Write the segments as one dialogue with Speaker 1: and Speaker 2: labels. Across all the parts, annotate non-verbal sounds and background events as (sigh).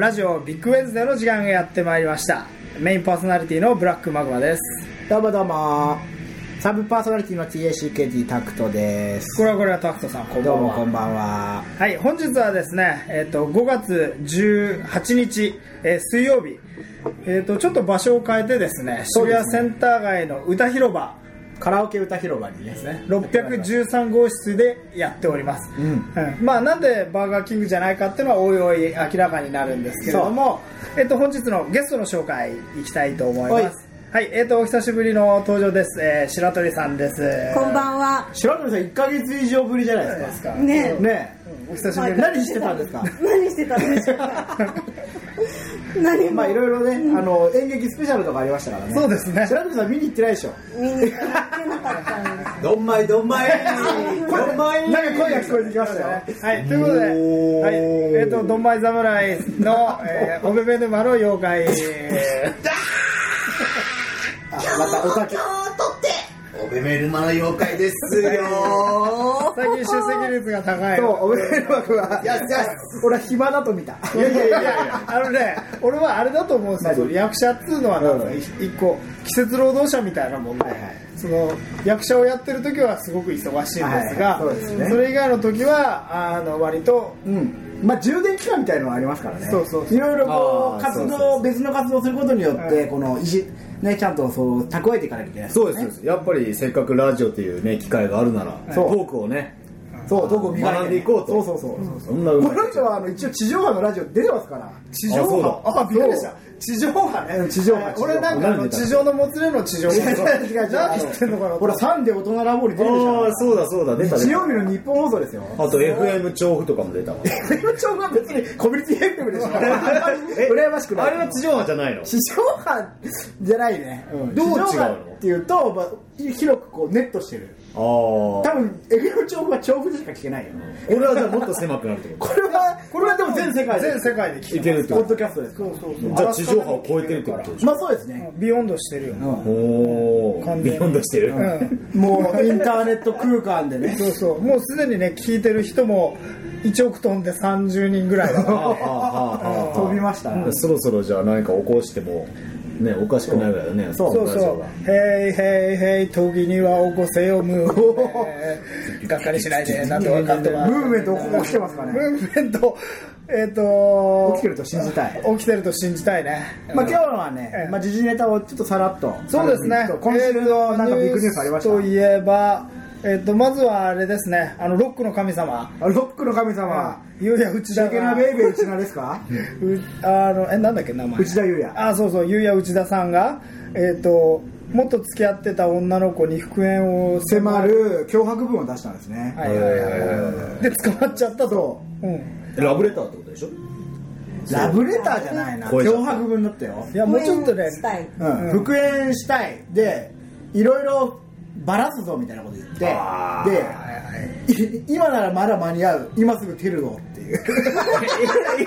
Speaker 1: ラジオビッグウェンズデーの時間がやってまいりましたメインパーソナリティのブラックマグマです
Speaker 2: どうもどうもサブパーソナリティの TACKT タクトです
Speaker 1: これはこれはタクトさんこんば
Speaker 2: どうんも
Speaker 1: は
Speaker 2: こんばんは
Speaker 1: はい本日はですね、えっと5月18日、えー水曜日、えっとちょっと場所を変えてですね
Speaker 2: そう
Speaker 1: 渋
Speaker 2: ですね
Speaker 1: 谷センター街の歌広場
Speaker 2: カラオケ歌広場にね
Speaker 1: ですね613号室でやっております、
Speaker 2: うん
Speaker 1: うんまあ、なんでバーガーキングじゃないかっていうのはおいおい明らかになるんですけれども、えっと、本日のゲストの紹介いきたいと思いますはい、えっとお久しぶりの登場です、えー白鳥さんです
Speaker 3: こん
Speaker 1: ん
Speaker 3: ばんは。
Speaker 2: 白鳥さん1か月以上ぶりじゃない
Speaker 1: で
Speaker 2: ですす
Speaker 1: か
Speaker 2: か
Speaker 3: ねえ
Speaker 2: ね
Speaker 1: お久しぶ
Speaker 2: え
Speaker 1: りです
Speaker 2: 何してたんで
Speaker 1: (laughs)
Speaker 2: すか
Speaker 3: 何してたんでしょうか。何も。
Speaker 2: まあいろいろねあの演劇スペシャルとかありましたからね
Speaker 1: そうですね
Speaker 2: 白鳥さん見に行ってないでしょ
Speaker 3: みんなやってなかったんです。
Speaker 4: どんまいどんまいどんまい
Speaker 2: なんか声が聞こえてきましたよ
Speaker 1: はい、ということで、
Speaker 4: おー
Speaker 1: はい、えっ、と、ドンマイ侍の、えー、オベベヌマの妖怪。
Speaker 3: (laughs)
Speaker 2: あまたおたけ
Speaker 4: おべめるまの妖怪ですよ
Speaker 1: 最近出席率が高い。
Speaker 2: とおめでとうは
Speaker 4: よしよし
Speaker 2: 俺は暇だと見た
Speaker 1: いやいやいやいや、
Speaker 2: (laughs)
Speaker 1: あのね、俺はあれだと思うんですよ。
Speaker 2: 何
Speaker 1: 役者っつうのはなんか
Speaker 2: うん
Speaker 1: 一一個季節労働者みたいなもんで、
Speaker 2: はいはい
Speaker 1: その役者をやってる時はすごく忙しいんですが、
Speaker 2: はいそうですね
Speaker 1: れ以外の時はあの割と
Speaker 2: うんまあ、充電期間みたいなのがありますからね
Speaker 1: そうそうそう
Speaker 2: ろいろこ
Speaker 4: あ
Speaker 2: う
Speaker 4: ー
Speaker 2: 活
Speaker 4: そうそう
Speaker 2: 動別の活動をすることによっ
Speaker 1: は
Speaker 2: てこのいじね、ちゃんとそう蓄えていかなきゃいけない
Speaker 4: そうですそうですやっぱりせっかくラジオというね機会があるならト
Speaker 2: そう
Speaker 4: ークをね
Speaker 2: そうどこ磨いて、
Speaker 4: 学んでいこう
Speaker 2: そ
Speaker 4: と
Speaker 2: うそうそう
Speaker 4: そんなう
Speaker 2: こ
Speaker 4: まい
Speaker 2: の人はあの一応地上波のラジオ出てますから
Speaker 1: 地上波
Speaker 4: あそうだ
Speaker 1: びっくりした
Speaker 2: そ
Speaker 1: 地上波
Speaker 2: う
Speaker 1: ね
Speaker 2: ん地上波 (laughs)
Speaker 1: 俺なんかあの
Speaker 4: 地上波
Speaker 1: 地上のもつれの地上波何言ってんのかな
Speaker 2: ほらサンデー大人ラボに出てるじゃん
Speaker 4: ああそうだそうだ出た
Speaker 2: 日
Speaker 4: 出
Speaker 2: 曜日
Speaker 4: た
Speaker 2: の日本放送ですよ
Speaker 4: あと FM 調布とかも
Speaker 2: (laughs)
Speaker 4: 出たわ
Speaker 2: それちょが別にコミュニティ FM でしょ (laughs) 羨ましくない
Speaker 4: あれは地上波じゃないの
Speaker 2: 地上波じゃないね、うん
Speaker 4: どう違うの
Speaker 2: 地上波っていうと、まあ、広くこうネットしてる
Speaker 4: あ
Speaker 2: 多
Speaker 4: あ
Speaker 2: 分 FM 調布は調布でしか聞けないよ、
Speaker 4: 俺はじゃあもっと狭くなるってこ
Speaker 2: これはこれはでも全世界で
Speaker 1: 全世界で聞
Speaker 4: といけるって
Speaker 2: ポ
Speaker 4: こ
Speaker 2: ッ
Speaker 4: と
Speaker 2: ドキャストです
Speaker 1: そうそうそう
Speaker 4: じゃあ地上波を超えてるってことでし
Speaker 2: まあそうですね
Speaker 1: う、んビヨンドしてるよね、
Speaker 4: ょお
Speaker 1: 完全
Speaker 4: ービ
Speaker 1: に
Speaker 4: ヨンドしてる
Speaker 1: うん
Speaker 2: もうインターネット空間
Speaker 1: (laughs)
Speaker 2: でね
Speaker 1: そうそうもうすでにね聞いてる人も1億トンで30人ぐらいだ
Speaker 2: (laughs)
Speaker 4: ああ
Speaker 1: か
Speaker 4: ああああ
Speaker 2: 飛びましたね、
Speaker 4: そろそろじゃあ何か起こしてもねおかしくないぐらいだね
Speaker 2: そ
Speaker 1: ら
Speaker 2: う
Speaker 1: そうそう「ヘイヘイヘイ時には起こせよムーブメント」がっかりしないでなんとかかんと
Speaker 2: ム
Speaker 1: か
Speaker 2: ーブメント起きてますか
Speaker 1: ム
Speaker 2: らね
Speaker 1: ーブメントえっ、と
Speaker 2: 起きてると信じたい
Speaker 1: 起きてると信じたいね、
Speaker 2: まあ今日のは
Speaker 1: え
Speaker 2: ね
Speaker 1: え、
Speaker 2: まあ、時事ネタをちょっとさらっと
Speaker 1: そうですね
Speaker 2: 今週のなんかビッグニュースありました
Speaker 1: えーといえば、えっとまずはあれですねあのロックの神様
Speaker 2: あロックの神様
Speaker 1: 優也内
Speaker 2: シ
Speaker 1: 田
Speaker 2: ェケ
Speaker 1: が
Speaker 2: ナベイベー内田ですか
Speaker 1: うあのえなんだっけ名前
Speaker 2: 内田裕也
Speaker 1: あそうそうゆうや内田さんがえっ、ともっと付き合ってた女の子に復縁を
Speaker 2: 迫る脅迫文を出したんですね、
Speaker 1: はいはいはいはいで捕まっちゃったと
Speaker 2: そ
Speaker 1: うん
Speaker 4: ラブレターってことでしょ
Speaker 2: ラブレターじゃないな
Speaker 4: 超えちゃった
Speaker 2: 脅迫文だったよ
Speaker 1: いやもうちょっとね
Speaker 3: 応援したい。
Speaker 2: うん、復縁したいでいろいろバラすぞみたいなこと言って
Speaker 4: あ
Speaker 2: でい (laughs) 今ならまだ間に合う今すぐテルをっていうテ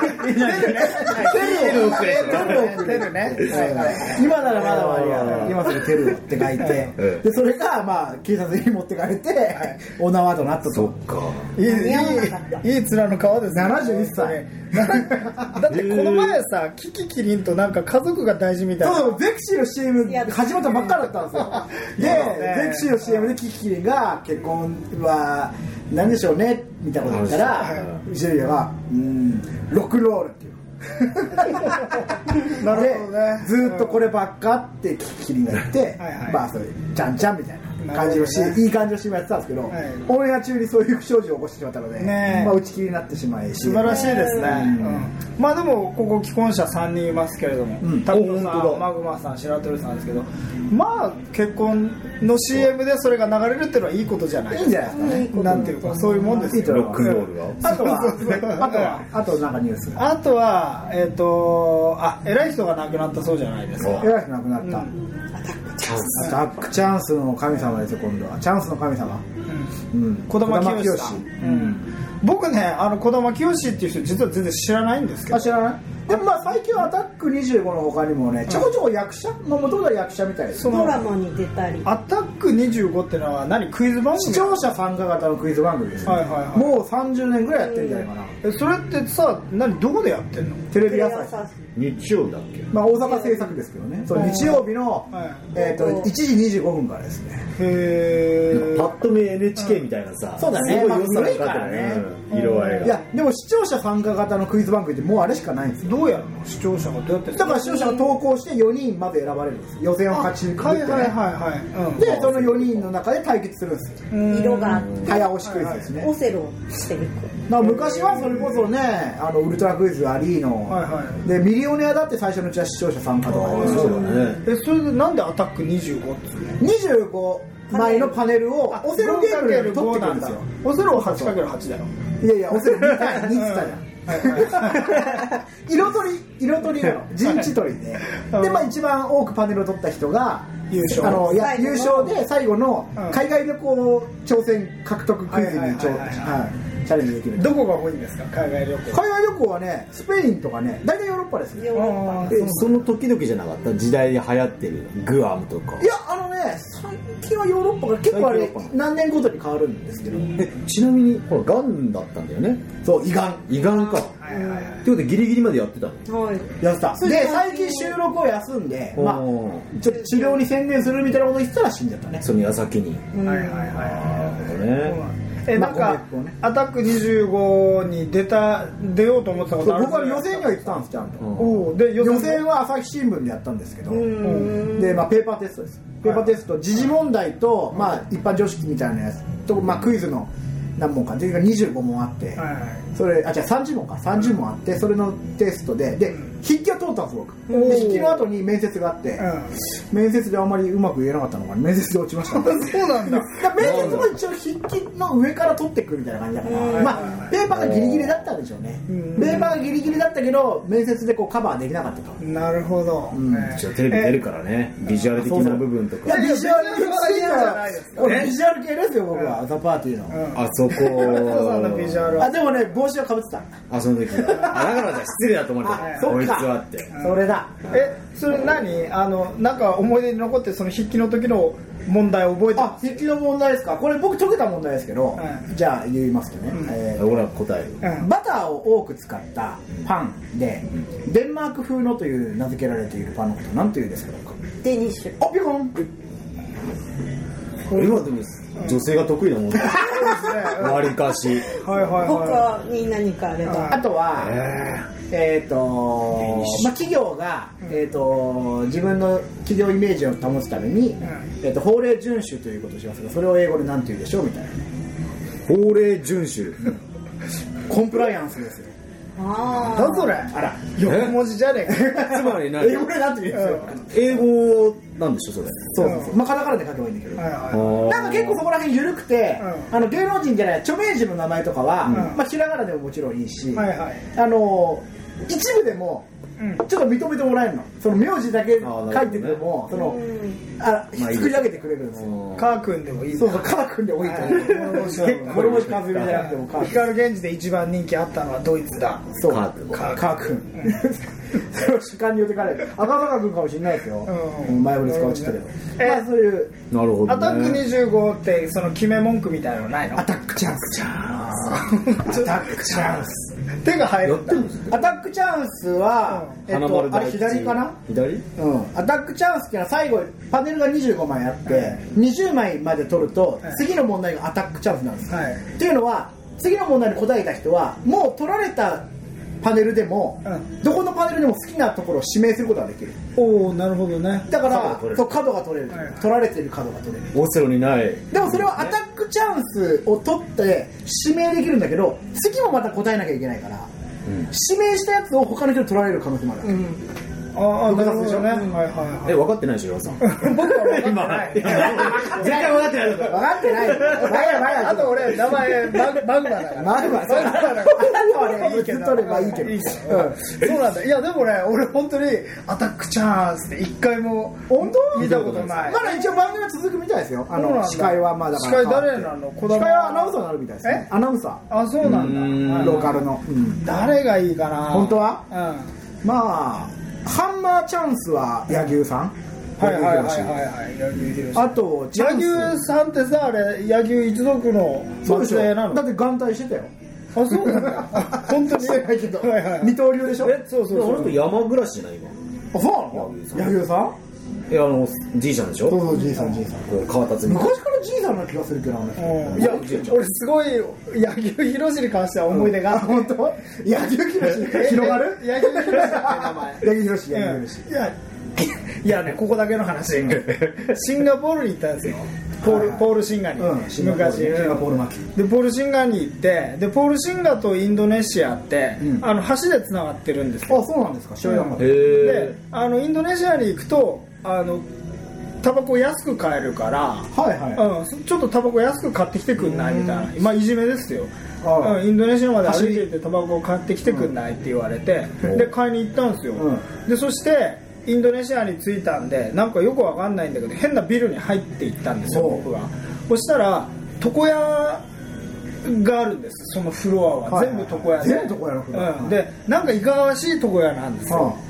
Speaker 2: ルをくれテルをくれ
Speaker 1: テルね
Speaker 2: はいはい今ならまだ間に合う今すぐテルをって書いて
Speaker 4: うん
Speaker 2: でそれがまあ警察に持ってかれてオナワードになったと
Speaker 4: か
Speaker 1: いいい
Speaker 3: 似合わなかった
Speaker 1: いいい面の顔ですね
Speaker 2: 71歳
Speaker 1: 本当に (laughs) だってこの前さキキキリンとなんか家族が大事みたいな
Speaker 2: そうゼクシーの CM 始まったばっかだったんですよ
Speaker 1: そうね
Speaker 2: でゼクシーの CM でキキキリンが結婚は何でしょうねみたいなこと言ったらジェリアが「うーんロックンロール」っていう
Speaker 1: なるほどね
Speaker 2: でずっとこればっかってキキキリンが言って
Speaker 1: はいはい
Speaker 2: まあそういうちゃんちゃんみたいな感じをし
Speaker 1: なるほどね
Speaker 2: いい感じをしてやってたんですけど
Speaker 1: はい
Speaker 2: オンエア中にそういう不祥事を起こしてしまったので
Speaker 1: ねえ
Speaker 2: まあ打ち切りになってしまい
Speaker 1: 素晴らしい
Speaker 2: い
Speaker 1: ですね、
Speaker 2: うん
Speaker 1: うんまあでもここ既婚者3人いますけれども、
Speaker 2: うん
Speaker 1: タクト
Speaker 2: お本当
Speaker 1: さん
Speaker 2: だ
Speaker 1: マグマさん白鳥さんですけどまあ結婚の CM でそれが流れるっていうのはいいことじゃない
Speaker 2: いんじゃないですかね
Speaker 1: なんていうかそういうもんです
Speaker 2: いいと
Speaker 1: よ
Speaker 2: 思
Speaker 4: ロ
Speaker 2: い
Speaker 4: ッ
Speaker 2: ま
Speaker 4: ク
Speaker 2: すあと
Speaker 4: ンロールが
Speaker 2: は、
Speaker 1: そうですね
Speaker 2: あとは、あとなんかニュース。
Speaker 1: あとはえっ、とあ偉い人が亡くなったそうじゃないですか
Speaker 4: お
Speaker 2: えらい人亡くなった。アタックチャンスの神様ですよ、今度は。チャンスの神様。うん。
Speaker 1: 児玉清
Speaker 2: 児
Speaker 1: さん、
Speaker 2: 玉
Speaker 1: うん僕ねあの児玉清っていう人実は全然知らないんですけど
Speaker 2: あ、知らないでもまあ最近は「アタック25」の他にもねちょこちょこ役者もともと役者みたいです
Speaker 1: その
Speaker 3: ドラマに出たり
Speaker 1: アタック25ってのは何クイズ番組
Speaker 2: 視聴者参加型のクイズ番組です、ね
Speaker 1: はいはいはい
Speaker 2: もう30年ぐらいやってるんじゃないかな、
Speaker 1: えそれってさ何どこでやってんの
Speaker 2: テレ
Speaker 3: テ
Speaker 2: ビ
Speaker 3: レ
Speaker 2: 朝日
Speaker 3: 朝日
Speaker 4: 日曜日だっけ
Speaker 2: まあ、大阪制作ですけどね、そう日曜日の、
Speaker 1: はい
Speaker 2: えー、と1時25分からですね、
Speaker 1: へ
Speaker 4: パッと見 NHK みたいなさ、
Speaker 2: そうだね
Speaker 4: すごい良
Speaker 2: ま
Speaker 4: さが分
Speaker 2: あ
Speaker 4: かっ
Speaker 2: 古
Speaker 4: て
Speaker 2: い
Speaker 4: る
Speaker 2: からね
Speaker 4: うん色合いが
Speaker 2: いやでも視聴者参加型のクイズ番組ってもうあれしかないんです
Speaker 1: え
Speaker 2: よ
Speaker 1: どうやるの視聴者がどうやって
Speaker 2: だから視聴者が投稿して4人まで選ばれるんですよ予選を勝ち抜
Speaker 1: はい
Speaker 2: くって、
Speaker 1: はいはい
Speaker 2: ね
Speaker 1: はい、うん、
Speaker 2: でその4人の中で対決するんですよ
Speaker 3: 色があっ
Speaker 2: 早押しクイズですね、
Speaker 3: てオセロしていく
Speaker 2: だから昔はそれこそねあのウルトラクイズアリーノ、
Speaker 1: はいはい
Speaker 2: でミリオネアだって最初のうちは視聴者参加とかありましたけど
Speaker 4: そうだね
Speaker 1: えそれでなんでアタック25っつうの
Speaker 2: 25枚のパネルをオセロゲームで取ってくるんですよ
Speaker 1: オセロ 8×8 だよ
Speaker 2: いやいやオセロ2対2っつったじゃん色取り色取りなの陣地取りで、
Speaker 1: うん
Speaker 2: で、まあ、一番多くパネルを取った人が
Speaker 1: 優勝
Speaker 2: あのいや
Speaker 3: 最後の
Speaker 2: 優勝で最後の
Speaker 1: うん
Speaker 2: 海外旅行挑戦獲得クイズに
Speaker 1: はいはいはいはい
Speaker 2: ちょはいチャレンジできる
Speaker 1: どこが多いんですか海外旅行
Speaker 2: 海外旅行はねスペインとかね大体ヨーロッパですね
Speaker 3: ヨーロッパ
Speaker 1: あー
Speaker 4: えその時々じゃなかった時代に流行ってるグアムとか
Speaker 2: いやあのね最近はヨーロッパが結構あ
Speaker 4: 最
Speaker 2: れ
Speaker 4: 近ヨーロッパ
Speaker 2: 何年ごとに変わるんですけど
Speaker 4: えちなみにほらガンだったんだよね
Speaker 2: そう胃がん
Speaker 4: 胃がんか
Speaker 1: はいはいはい
Speaker 4: ということでギリギリまでやってたの
Speaker 3: はい
Speaker 2: やってた
Speaker 3: そう
Speaker 2: で最近収録を休んで、まあ、
Speaker 4: おー
Speaker 2: ちょっと治療に専念するみたいなこと言ってたら死んじゃったね
Speaker 4: その矢先に
Speaker 3: うん
Speaker 1: はいはいはい
Speaker 4: なる
Speaker 1: そうな
Speaker 4: ほどね
Speaker 1: んだえ
Speaker 2: ま
Speaker 1: な
Speaker 2: あ
Speaker 1: んか
Speaker 2: ごめんね
Speaker 1: 「アタック25」に出た出ようと思ってたこ
Speaker 2: そ
Speaker 1: とあ
Speaker 2: う
Speaker 1: る
Speaker 2: 僕は予選には行ってたんですちゃんと、
Speaker 4: うん
Speaker 1: おうで
Speaker 2: 予
Speaker 1: 予選
Speaker 2: 選は朝日新聞でやったんですけど、
Speaker 3: うん
Speaker 2: でまあ、ペーパーテストですペーパーテスト、時事問題と、まあ、一般常識みたいなやつと、まあ、クイズの何問かというか25問あって、
Speaker 1: はいはい
Speaker 2: それあ違う30問か30問あってそれのテストでで筆記は通ったんです僕
Speaker 1: おー
Speaker 2: で筆記の後に面接があって、面接であんまりうまく言えなかったのかな面接で落ちました、
Speaker 1: うん、そうなんだ
Speaker 2: だから面接も一応筆記の上から取ってくるみたいな感じだから、
Speaker 1: うん
Speaker 2: まあペーパーがギリギリだったんでしょうね、
Speaker 1: うん
Speaker 2: ペーパーがギリギリだったけど面接でこうカバーできなかったと、
Speaker 1: なるほど、
Speaker 2: ん
Speaker 1: えー
Speaker 4: 一応テレビ出るからねビジュアル的な部分と
Speaker 2: いや
Speaker 4: か
Speaker 2: ビジュアル系
Speaker 1: いや
Speaker 2: です
Speaker 1: いやいやいやいやいやいやいやいや
Speaker 2: 俺ビジュアル系ですよ僕は、ザパーティーの、
Speaker 1: うん
Speaker 4: あそ
Speaker 2: (laughs)
Speaker 4: こ
Speaker 1: そうなんだビジュアル
Speaker 2: あ
Speaker 1: は
Speaker 2: でもね帽子はかぶってた
Speaker 4: あその時あだからじゃ失礼だと思って
Speaker 2: あ
Speaker 4: た
Speaker 2: そ
Speaker 4: こ
Speaker 2: っ
Speaker 4: いつ
Speaker 2: か
Speaker 4: はって
Speaker 2: それだ
Speaker 1: えそれ何あのなんか思い出に残ってるその筆記の時の問題覚えて
Speaker 2: あ
Speaker 1: ま
Speaker 2: 筆記の問題ですかこれ僕解けた問題ですけど、
Speaker 1: はい
Speaker 2: じゃあ言いますとね、えー
Speaker 4: ほら答える
Speaker 1: す、うん
Speaker 2: バターを多く使ったパンで、デンマーク風のという名付けられているパンのことなんて言うんですか
Speaker 3: デニッシュ
Speaker 2: あピコン
Speaker 4: 今でも女性が得意なもんだわりかし
Speaker 1: はいはいは
Speaker 3: 他に何かあれば
Speaker 2: あとは、えっ、とまあ、企業が、えっ、と自分の企業イメージを保つために、えっ、と法令遵守ということをしますが、それを英語でなんて言うでしょうみたいなね。
Speaker 4: 法令遵守
Speaker 2: コンプライアンスですよ。
Speaker 3: あ
Speaker 1: いなんだそれ
Speaker 2: あら、
Speaker 1: 横文字じゃねえ
Speaker 2: (laughs)
Speaker 1: か
Speaker 4: つまり何
Speaker 2: 英語でなんて言うんですよ。
Speaker 4: 英語なんでしょそれ
Speaker 2: そうそうそう。まあ、カタカナで書けばいいんだけど。
Speaker 1: はいはい
Speaker 2: なんか結構そこら辺緩くて、
Speaker 1: うん
Speaker 2: あの芸能人じゃない著名人の名前とかは、
Speaker 1: ん
Speaker 2: まあひらがなでももちろんいいし、
Speaker 1: はいはい
Speaker 2: あの一部でも
Speaker 1: うん
Speaker 2: ちょっと認めてもらえるのその名字だけ
Speaker 4: あー
Speaker 2: 書
Speaker 4: な
Speaker 2: いて
Speaker 4: るほどね
Speaker 2: てもその
Speaker 3: うん
Speaker 2: あ
Speaker 4: まあいい
Speaker 2: 作り上げてくれるんですよ、
Speaker 1: カー君でもいい
Speaker 2: そう
Speaker 1: ぞ
Speaker 2: そうカー君で多いと
Speaker 1: はい
Speaker 2: 思う諸星和美じゃなくてもカー君
Speaker 1: 光源氏で一番人気あったのはドイツだ
Speaker 2: そう
Speaker 4: カー君
Speaker 2: カー君それを主観によって彼赤坂君かもしれないですよ、
Speaker 1: うん
Speaker 2: 前振り使わちゃったけど、
Speaker 1: え
Speaker 2: まあそういう
Speaker 4: なるほど、ね、
Speaker 1: アタック25ってその決め文句みたいなのないの
Speaker 2: アタックチャンスアタックチャンス
Speaker 1: 手が入
Speaker 4: や
Speaker 1: る
Speaker 4: っ
Speaker 1: ん
Speaker 4: て
Speaker 1: だ
Speaker 4: るんですか
Speaker 2: アタックチャンスは、えっ
Speaker 4: 花丸
Speaker 2: と、あ
Speaker 4: 大
Speaker 2: れ
Speaker 4: 吉
Speaker 2: 左かな、
Speaker 4: 左
Speaker 2: うん、アタックチャンスっていうのは最後パネルが25枚あって、20枚まで取ると、
Speaker 1: はい
Speaker 2: 次の問題がアタックチャンスなんですよ、
Speaker 1: はい
Speaker 2: っていうのは次の問題に答えた人はもう取られたパネルでも、
Speaker 1: うん
Speaker 2: どこのパネルでも好きなところを指名することができる
Speaker 1: おおなるほどね
Speaker 2: だから
Speaker 4: 角が取れる
Speaker 2: そう角が取れる、
Speaker 1: はい
Speaker 2: 取られてる角が取れる
Speaker 4: オセロにない
Speaker 2: でもそれはアタックチャンスを取って指名できるんだけど次もまた答えなきゃいけないから、
Speaker 4: ん
Speaker 2: 指名したやつを他の人に取られる可能性もある、
Speaker 3: うん
Speaker 1: ああなる
Speaker 2: なる
Speaker 1: ほ
Speaker 2: ほ
Speaker 1: ど
Speaker 2: ど
Speaker 1: ね
Speaker 2: ね
Speaker 1: はいはい
Speaker 4: え分かってないでしょ岩さん
Speaker 1: はい僕は分かってない
Speaker 4: 絶対分かってない
Speaker 2: 分かってないよバカバカ
Speaker 1: あと俺名前マ
Speaker 2: (laughs)
Speaker 1: グマグマだから
Speaker 2: マグマ
Speaker 1: そうなんだ
Speaker 2: あれずっと取ればいいけど
Speaker 1: うんそうなんだいやでもね俺本当にアタックチャンスって一回も
Speaker 2: 本当
Speaker 1: 見たことない
Speaker 2: まだ一応番組は続くみたいですよあ
Speaker 1: そうなん
Speaker 2: の
Speaker 1: だ
Speaker 2: 司会はまあだから
Speaker 1: 司会誰なの
Speaker 2: 司
Speaker 1: 児玉
Speaker 2: 会はアナウンサーになるみたいです
Speaker 1: え
Speaker 2: ねアナウンサ
Speaker 1: あそうな
Speaker 4: うんー
Speaker 1: だ
Speaker 2: ー
Speaker 1: は
Speaker 4: ん
Speaker 2: ロ
Speaker 1: い
Speaker 2: ーカルの、うん
Speaker 1: 誰がいいかな
Speaker 2: 本当は
Speaker 1: うん
Speaker 2: まあハンマーチャンスは柳生さん
Speaker 1: はいはいはいはいはい柳生博
Speaker 2: あとチャン
Speaker 1: 柳
Speaker 2: ス
Speaker 1: 生さんってさあれ柳生一族の
Speaker 2: そうでし
Speaker 1: 末裔な
Speaker 2: ょ
Speaker 1: の
Speaker 2: だって眼帯してたよ
Speaker 1: あそうなんだ本 (laughs) 当に
Speaker 2: してないけど
Speaker 1: はいはい
Speaker 2: 二刀流でしょ
Speaker 1: えそうそう
Speaker 4: あ
Speaker 1: そ
Speaker 4: の人
Speaker 1: う
Speaker 4: 山暮らしじゃない今
Speaker 2: あそうなの柳生さん
Speaker 4: いやあのじいちゃんでしょ
Speaker 2: そうそうじいさんじいさん
Speaker 4: こう川辰巳
Speaker 2: 昔からじいさんな気がするけどあの人
Speaker 1: うんいや俺すごい柳生博士に関しては思い出が
Speaker 2: あ本当柳生博士広がる
Speaker 1: え柳生博士って名前
Speaker 2: 柳生博士
Speaker 1: い
Speaker 2: 柳
Speaker 1: や
Speaker 2: 生博士
Speaker 1: いやねここだけの話シンガポールに行ったんですよポールポールシンガに、
Speaker 2: うんシンガポール
Speaker 1: 昔
Speaker 2: シンガポール巻き
Speaker 1: でポールシンガに行ってでポールシンガとインドネシアって、
Speaker 2: うん
Speaker 1: あの橋でつながってるんですよ
Speaker 2: あそうなんですか知らなかった
Speaker 4: へ
Speaker 1: で
Speaker 4: え
Speaker 1: あのインドネシアに行くとあのタバコ安く買えるから
Speaker 2: はいはい
Speaker 1: うん、そちょっとタバコ安く買ってきてくんないみたいな、まあ、いじめですよ、
Speaker 2: ああ
Speaker 1: うん、インドネシアまで歩いていってタバコを買ってきてくんないって言われて、
Speaker 4: うん
Speaker 1: で買いに行ったんですよ、
Speaker 2: う
Speaker 1: でそしてインドネシアに着いたんでなんかよくわかんないんだけど変なビルに入っていったんですよ
Speaker 2: おう
Speaker 1: 僕はそしたら床屋があるんですそのフロアは、
Speaker 2: はい
Speaker 1: 全部床屋で
Speaker 2: 全部床屋のフロア
Speaker 1: うん、でなんかいかがわしい床屋なんですよ、
Speaker 2: あ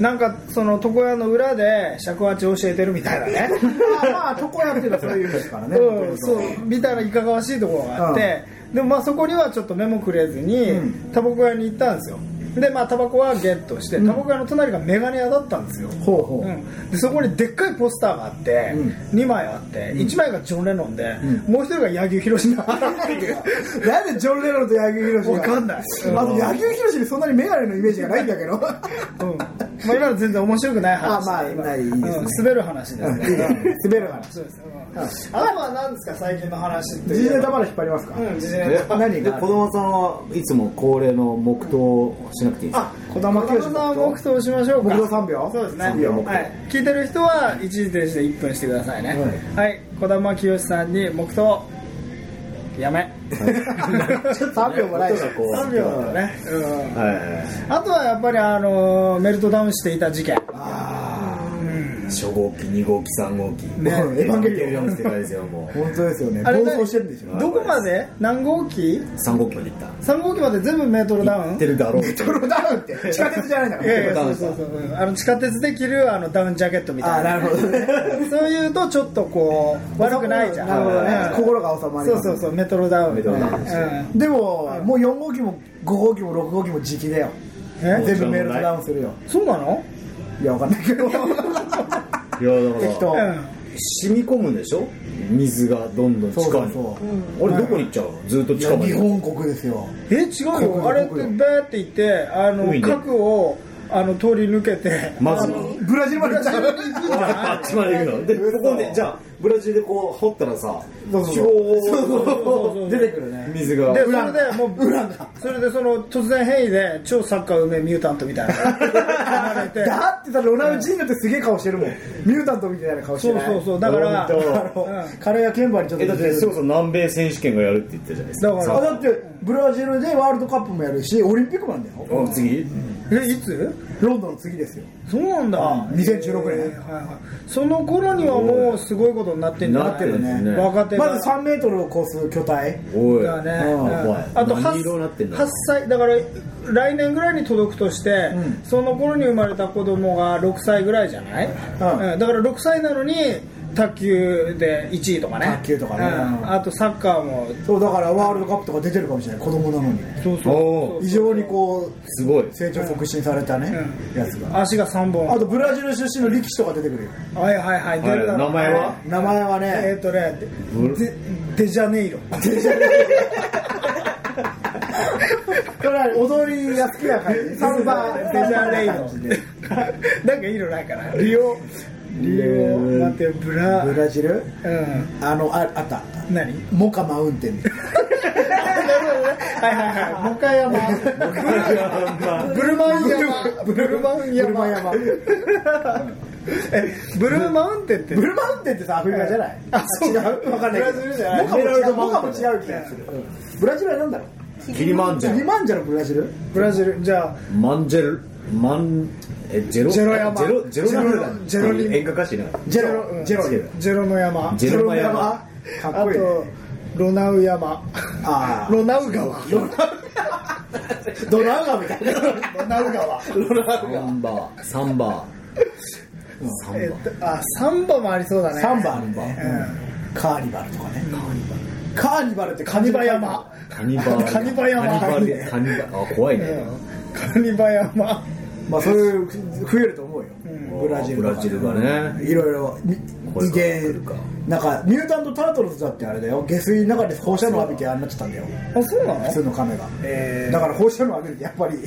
Speaker 1: なんかその床屋の裏で尺八教えてるみたいなね
Speaker 2: (laughs) まあ床屋っていうのはそういう意味ですからね
Speaker 1: うん、そうみたいないかがわしいところがあって、でもまあそこにはちょっと目もくれずに、
Speaker 2: うん
Speaker 1: タバコ屋に行ったんですよでまあタバコはゲットして
Speaker 2: うん
Speaker 1: タバコ屋の隣がメガネ屋だったんですよ、
Speaker 2: ほうほ
Speaker 1: う、
Speaker 2: うん
Speaker 1: でそこにでっかいポスターがあって、
Speaker 2: う
Speaker 1: 2枚あって、1枚がジョン・レノンで、
Speaker 2: う
Speaker 1: もう1人が柳生博だったって
Speaker 2: (laughs)
Speaker 1: いう
Speaker 2: なんでジョン・レノンと柳生博士
Speaker 1: わかんない
Speaker 2: まず柳生博士にそんなにメガネのイメージがないんだけど
Speaker 1: うんまあ今のは全然面白くない話
Speaker 2: あまあないですね
Speaker 1: うん滑る話ですね、
Speaker 2: 滑る話
Speaker 1: そうです、うん、あとは何ですか最近の話って
Speaker 2: 自
Speaker 1: いう
Speaker 2: 然玉で引っ張りますか
Speaker 1: うん自
Speaker 4: で
Speaker 1: 然玉
Speaker 2: 何
Speaker 4: で
Speaker 2: が
Speaker 4: 子供さんはいつも恒例の黙祷をしなくていいですか
Speaker 1: あ
Speaker 2: 児玉清
Speaker 1: 小
Speaker 2: 志
Speaker 1: 玉さん黙
Speaker 2: (laughs)
Speaker 1: 祷しましょうか
Speaker 2: 黙祷三秒
Speaker 1: そうですね
Speaker 2: 三秒黙祷
Speaker 1: はい、聞いてる人は一時停止で1分してくださいねはい児玉清志さんに黙祷やめ
Speaker 2: 3秒もないし
Speaker 4: 音がこう
Speaker 1: 3秒だね、うん
Speaker 4: はいはいはい
Speaker 1: あとはやっぱりあのーメルトダウンしていた事件
Speaker 2: あ
Speaker 4: 初号機2号機3号機
Speaker 2: ね
Speaker 4: もうエヴァンゲリオンの世界ですよも
Speaker 2: あ
Speaker 4: う
Speaker 2: 本当ですよね
Speaker 1: あれ
Speaker 2: 暴
Speaker 1: ね
Speaker 2: 走してるんですよ
Speaker 1: どこまで何号機
Speaker 4: 3号機まで行った
Speaker 1: 3号機まで全部メートルダウ
Speaker 4: 行
Speaker 1: ン
Speaker 4: ってる
Speaker 2: (laughs)
Speaker 4: だろうって
Speaker 2: ドロダウンって地下鉄じゃないんだか
Speaker 1: いやい
Speaker 2: ら
Speaker 1: やそうそうそううんあの地下鉄で着るあのダウンジャケットみたいな
Speaker 2: あーなるほどね
Speaker 1: そういうとちょっとこう悪くないじゃん
Speaker 2: なるほどね
Speaker 1: うん
Speaker 2: 心が収まり
Speaker 1: そ
Speaker 2: ま
Speaker 1: う
Speaker 2: す
Speaker 1: そうそうメトロダウン
Speaker 4: メトロダウンですね
Speaker 1: うん
Speaker 2: でももう4号機も5号機も6号機も直だよ
Speaker 1: え
Speaker 2: 全部メールトダウンするよ
Speaker 1: そうなの
Speaker 2: いやわかんないけ
Speaker 1: (laughs)
Speaker 2: ど
Speaker 4: いやだ
Speaker 2: 適
Speaker 4: か
Speaker 2: 当
Speaker 1: う
Speaker 4: ら
Speaker 1: ん
Speaker 4: 染み込むんでしょ水がどんどん地
Speaker 2: そうそ
Speaker 4: 下
Speaker 2: う
Speaker 4: に
Speaker 2: そう
Speaker 4: あれどこに行っちゃうのずっと
Speaker 2: い
Speaker 4: 地下
Speaker 2: や
Speaker 4: ま
Speaker 2: 日
Speaker 4: で
Speaker 2: 本国ですよ
Speaker 1: え違う
Speaker 2: 国
Speaker 1: よ
Speaker 2: 語
Speaker 1: あれってベーっ
Speaker 2: 国
Speaker 1: て言ってあの
Speaker 4: 海で
Speaker 1: 核をあの通り抜けて (laughs)
Speaker 4: まず
Speaker 2: ブラジルまで行っちゃう
Speaker 4: あっちまで行くので
Speaker 2: 嘘
Speaker 4: ここでじゃあブラジルでこう掘ったらさ
Speaker 2: そうそう
Speaker 4: ひょ
Speaker 1: そうそう
Speaker 4: ー
Speaker 1: 出てく
Speaker 2: るね
Speaker 4: 水が
Speaker 1: で
Speaker 4: で
Speaker 1: それでもうそれでその突然変異で超サッカー梅ミュータントみたいな
Speaker 4: (laughs)
Speaker 1: のが生まれて
Speaker 2: だってさロナウジーニョってすげえ顔してるもんミュータントみたいな顔して
Speaker 1: そ
Speaker 2: な
Speaker 1: う
Speaker 2: い
Speaker 1: そうそうだから
Speaker 4: どう
Speaker 2: あ
Speaker 4: も
Speaker 2: の
Speaker 1: うん
Speaker 2: カレーやケンバにちょっと
Speaker 4: えだ
Speaker 2: 似
Speaker 4: ってて
Speaker 2: る
Speaker 4: それこそ南米選手権がやるって言ってたじゃないですか
Speaker 1: だから
Speaker 2: あだってブラジルでワールドカップもやるしオリンピックもあるんだよ
Speaker 4: お次
Speaker 1: えいつ
Speaker 2: ロンドンの次ですよ
Speaker 1: そうなんだ
Speaker 2: ん2016
Speaker 1: え
Speaker 2: 年
Speaker 1: ーはいはいその頃にはもうすごいことになってんじゃない
Speaker 4: なってるね
Speaker 1: 若手が
Speaker 2: まず3メートルを超す巨体
Speaker 4: おい
Speaker 1: だね、
Speaker 2: うん
Speaker 1: うん
Speaker 4: おい
Speaker 1: あと
Speaker 4: 何色になってん
Speaker 1: 8,
Speaker 4: だ
Speaker 1: 8歳だから来年ぐらいに届くとして、
Speaker 2: ん
Speaker 1: その頃に生まれた子供が6歳ぐらいじゃない、
Speaker 2: ん
Speaker 1: うんだから6歳なのに卓球で1位とかね
Speaker 2: 卓球とかね
Speaker 1: うんあとサッカーも
Speaker 2: そうだからワールドカップとか出てるかもしれない子供なのに
Speaker 1: そう
Speaker 4: お
Speaker 1: そう
Speaker 4: ー
Speaker 2: 非常にこう
Speaker 4: すごい
Speaker 2: 成長促進されたね
Speaker 1: う
Speaker 2: やつが
Speaker 1: 足が3本
Speaker 2: あとブラジル出身の力士とか出てくるよ
Speaker 1: はいはいはい出るだろうね
Speaker 4: 名前は
Speaker 2: 名前は
Speaker 1: え
Speaker 2: ね
Speaker 1: っとね
Speaker 4: ブル
Speaker 1: デデジャネイロ
Speaker 2: これは踊りが好きな感 (laughs) じサンバ
Speaker 1: デジャネイロ
Speaker 2: 感じで
Speaker 1: (laughs) なんか色ないかなリオリオ待ってよブラ
Speaker 2: ブラジル
Speaker 1: うん
Speaker 2: あのああったあった
Speaker 1: 何
Speaker 2: モカマウンテンみたい
Speaker 1: はいはいはいもう一回山ブルマウン山ブルマウン
Speaker 2: なブル
Speaker 1: 山
Speaker 2: マ山
Speaker 1: え (laughs) ブルーマウンテンって
Speaker 2: ブルマウンテンってさアフリカじゃない
Speaker 1: あそう
Speaker 2: 違うわかんないけど
Speaker 1: ブラジルじゃない
Speaker 2: モカも
Speaker 4: エメラル
Speaker 2: 違う
Speaker 4: ド
Speaker 2: モ
Speaker 4: マウン
Speaker 2: カ
Speaker 4: テ
Speaker 2: も違う
Speaker 4: ン
Speaker 2: 気がするブラジルは何だろう
Speaker 4: キリマンジ
Speaker 2: リ
Speaker 4: ェ
Speaker 2: マンジャロブラジル
Speaker 1: ブラジルじゃ
Speaker 4: ロマンジェルマンえジェロ
Speaker 1: ジェロ山
Speaker 4: ジェロジェロリムだ
Speaker 1: ジェロリム
Speaker 4: 演歌歌手な
Speaker 1: ジ
Speaker 2: ジェ
Speaker 1: ェロう
Speaker 2: ロ
Speaker 1: ん
Speaker 2: ジェロ
Speaker 4: ジェロ
Speaker 1: あジェロの山
Speaker 4: ジェロマヤ
Speaker 2: 山
Speaker 1: あ
Speaker 2: かっこいいね
Speaker 1: とロナウ山
Speaker 2: あー
Speaker 1: ロナウ川
Speaker 2: ドナウ川みたいな。
Speaker 1: ドナウ川
Speaker 2: ドナウ
Speaker 4: サ
Speaker 2: 川。
Speaker 4: ンバー、サンバー。サ
Speaker 1: え
Speaker 4: ンバ
Speaker 1: っとあサンバもありそうだね
Speaker 2: (laughs) サンバあるんだ
Speaker 1: うん
Speaker 2: カーニバルとかね。カーニバルってカニ
Speaker 1: ニ
Speaker 2: バ
Speaker 1: バ
Speaker 2: 山
Speaker 1: 山。
Speaker 4: ー。カニバ
Speaker 1: (laughs)
Speaker 4: ー。
Speaker 1: カニバ山
Speaker 4: カニバー。カニバー。あ、怖いね。
Speaker 1: カニバ山
Speaker 2: まあそういう増えると思うよ、ブラジル
Speaker 4: ブラジルがね
Speaker 2: いろいろみ
Speaker 4: こうい
Speaker 2: 逃
Speaker 4: うのが
Speaker 2: げ
Speaker 4: 来るか
Speaker 2: なんかミュータント・タートルズだってあれだよ下水の中で放射能浴びてあんなっちゃったんだよ
Speaker 1: あそうなの
Speaker 2: 普通のカメが、
Speaker 1: えー
Speaker 2: だから放射能浴びるとやっぱり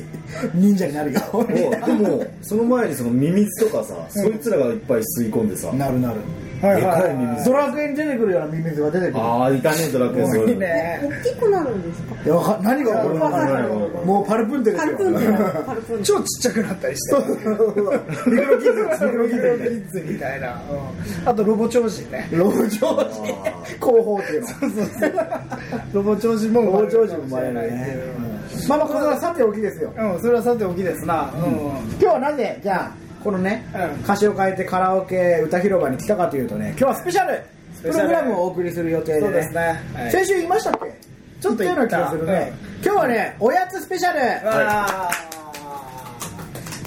Speaker 2: (laughs) 忍者になるよ
Speaker 4: もうでも、その前にそのミミズとかさ、そいつらがいっぱい吸い込んで
Speaker 2: (laughs)
Speaker 4: さ、
Speaker 2: なるなる
Speaker 1: はいはい
Speaker 4: でかいミミ
Speaker 2: ドラクエに出てくるようなミミズが出てくる
Speaker 4: ああ、いたね、ドラクエ
Speaker 1: いい
Speaker 3: 大
Speaker 1: ね
Speaker 3: きくなるんですか
Speaker 2: いやわか何が起こるの
Speaker 4: わかんない
Speaker 2: かもうパルプンテです
Speaker 3: パ
Speaker 2: よ
Speaker 3: ルプンテだパルプンテ
Speaker 1: 超ちっちゃくなったりして
Speaker 2: (laughs) ミクロギズミクロギ
Speaker 1: キ
Speaker 4: (laughs)
Speaker 2: ズみたいな
Speaker 1: ッズみたいな、うんあとロボ超人ね
Speaker 2: ロボジョージ (laughs) 広報っていうの
Speaker 1: (laughs) ロボ超人も
Speaker 2: ロボジョージも
Speaker 1: 生
Speaker 2: 生
Speaker 1: ま
Speaker 2: ま
Speaker 1: れ
Speaker 2: れ
Speaker 1: るか
Speaker 2: な
Speaker 1: もしれ
Speaker 2: い
Speaker 1: ないって
Speaker 2: ね
Speaker 1: いう、
Speaker 2: まあまあこれはさておきですよ
Speaker 1: うん、それはさておきですな、うん
Speaker 2: 今日はなぜじゃあこのね、
Speaker 1: うん
Speaker 2: 歌詞を変えてカラオケ歌広場に来たかというとね今日はスペシャル
Speaker 1: ペ
Speaker 2: プ
Speaker 1: シャル
Speaker 2: ログラムをお送りする予定で,、
Speaker 1: そうですねはい
Speaker 2: 先週言いましたっけ
Speaker 1: ちょっと言
Speaker 2: 言
Speaker 1: っ
Speaker 2: ったたような気がするね、今日はねおやつスペシャル、
Speaker 1: わ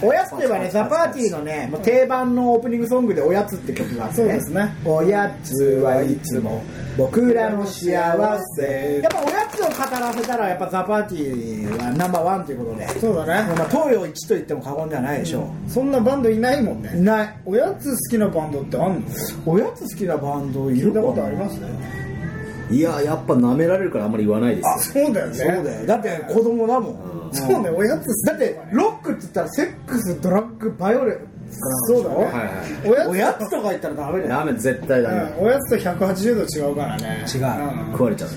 Speaker 2: おやつといえばねザ・パーティーのねもう定番のオープニングソングで「おやつ」って曲があって、
Speaker 1: そうですね
Speaker 2: おやつはいつも僕らの幸せやっぱおやつを語らせたらやっぱザ・パーティーはナンバーワンということで
Speaker 1: ーそうだね
Speaker 2: まあ、東洋一と言っても過言ではないでしょ
Speaker 1: そんなバンドいないもん
Speaker 2: う、
Speaker 1: ね
Speaker 2: ない
Speaker 1: おやつ好きなバンドってあんの
Speaker 2: おやつ好きなバンドい
Speaker 1: 聞
Speaker 2: る
Speaker 1: い
Speaker 2: か
Speaker 1: た
Speaker 2: な
Speaker 1: ことあります
Speaker 4: いや、やっぱ舐められるからあんまり言わないですよ。
Speaker 1: そうだよね
Speaker 2: そうだよだって子供だもん、
Speaker 4: うん
Speaker 1: そうだよおやつ好き
Speaker 2: だってロックって言ったらセックスドラッグバイオレンス
Speaker 1: そうだ
Speaker 2: から
Speaker 1: ね
Speaker 2: なんでしょ
Speaker 4: はいはい。
Speaker 1: おやつ
Speaker 2: おやつとか言ったらダメだよ
Speaker 4: ラーメン絶対ダメ。
Speaker 1: うんおやつと180度違うからね
Speaker 2: 違う
Speaker 4: 食われちゃうね。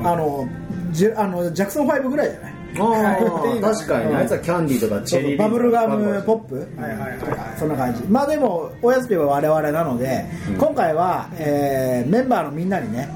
Speaker 2: うんあのジュあのジャクソン5ぐらいじゃない
Speaker 4: ああ、確かにね。あいつはキャンディーとかチェリー
Speaker 2: バブルガムポップ、
Speaker 1: うんはいはいはいはい
Speaker 2: そんな感じまあでもおやつといえば我々なので、今回は、えーメンバーのみんなにね、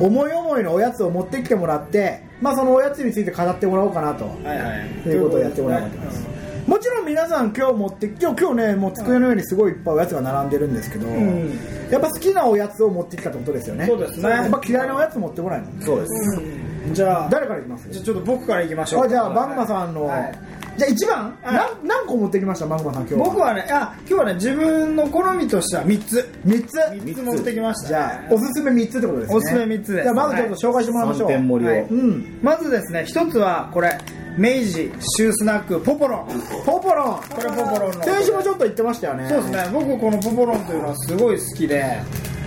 Speaker 2: 思い思いのおやつを持ってきてもらってまあそのおやつについて語ってもらおうかなと、
Speaker 1: はいはい
Speaker 2: ということをやってもらおうと思いますもちろん皆さん今日持って今日今日ねもう机の上にすごいいっぱいおやつが並んでるんですけど、
Speaker 1: ん
Speaker 2: やっぱ好きなおやつを持ってきたってことですよね
Speaker 1: そうですね
Speaker 2: やっぱ嫌いなおやつ持ってこないの
Speaker 4: そうです。
Speaker 1: うんじゃあ
Speaker 2: 誰からいきます
Speaker 1: じゃあちょっと僕からいきましょう
Speaker 2: あじゃあバンマさんの、
Speaker 1: はい
Speaker 2: じゃあ一番、
Speaker 1: はい
Speaker 2: なん何個持ってきましたバンマさん今日
Speaker 1: 僕はねあ今日はね自分の好みとしては3つ
Speaker 2: 3つ
Speaker 1: 3つ持ってきました
Speaker 2: じゃあおすすめ3つってことですね
Speaker 1: おすすめ三つです
Speaker 2: じゃあまずちょっと紹介してもらいましょう、
Speaker 4: 3点盛り
Speaker 1: は
Speaker 4: を
Speaker 1: い。
Speaker 2: うん
Speaker 1: まずですね一つはこれ明治シュースナックポポロン
Speaker 2: ポポロン
Speaker 1: これポポロンの
Speaker 2: 先週もちょっと言ってましたよね
Speaker 1: そうですね僕このポポロンというのはすごい好きで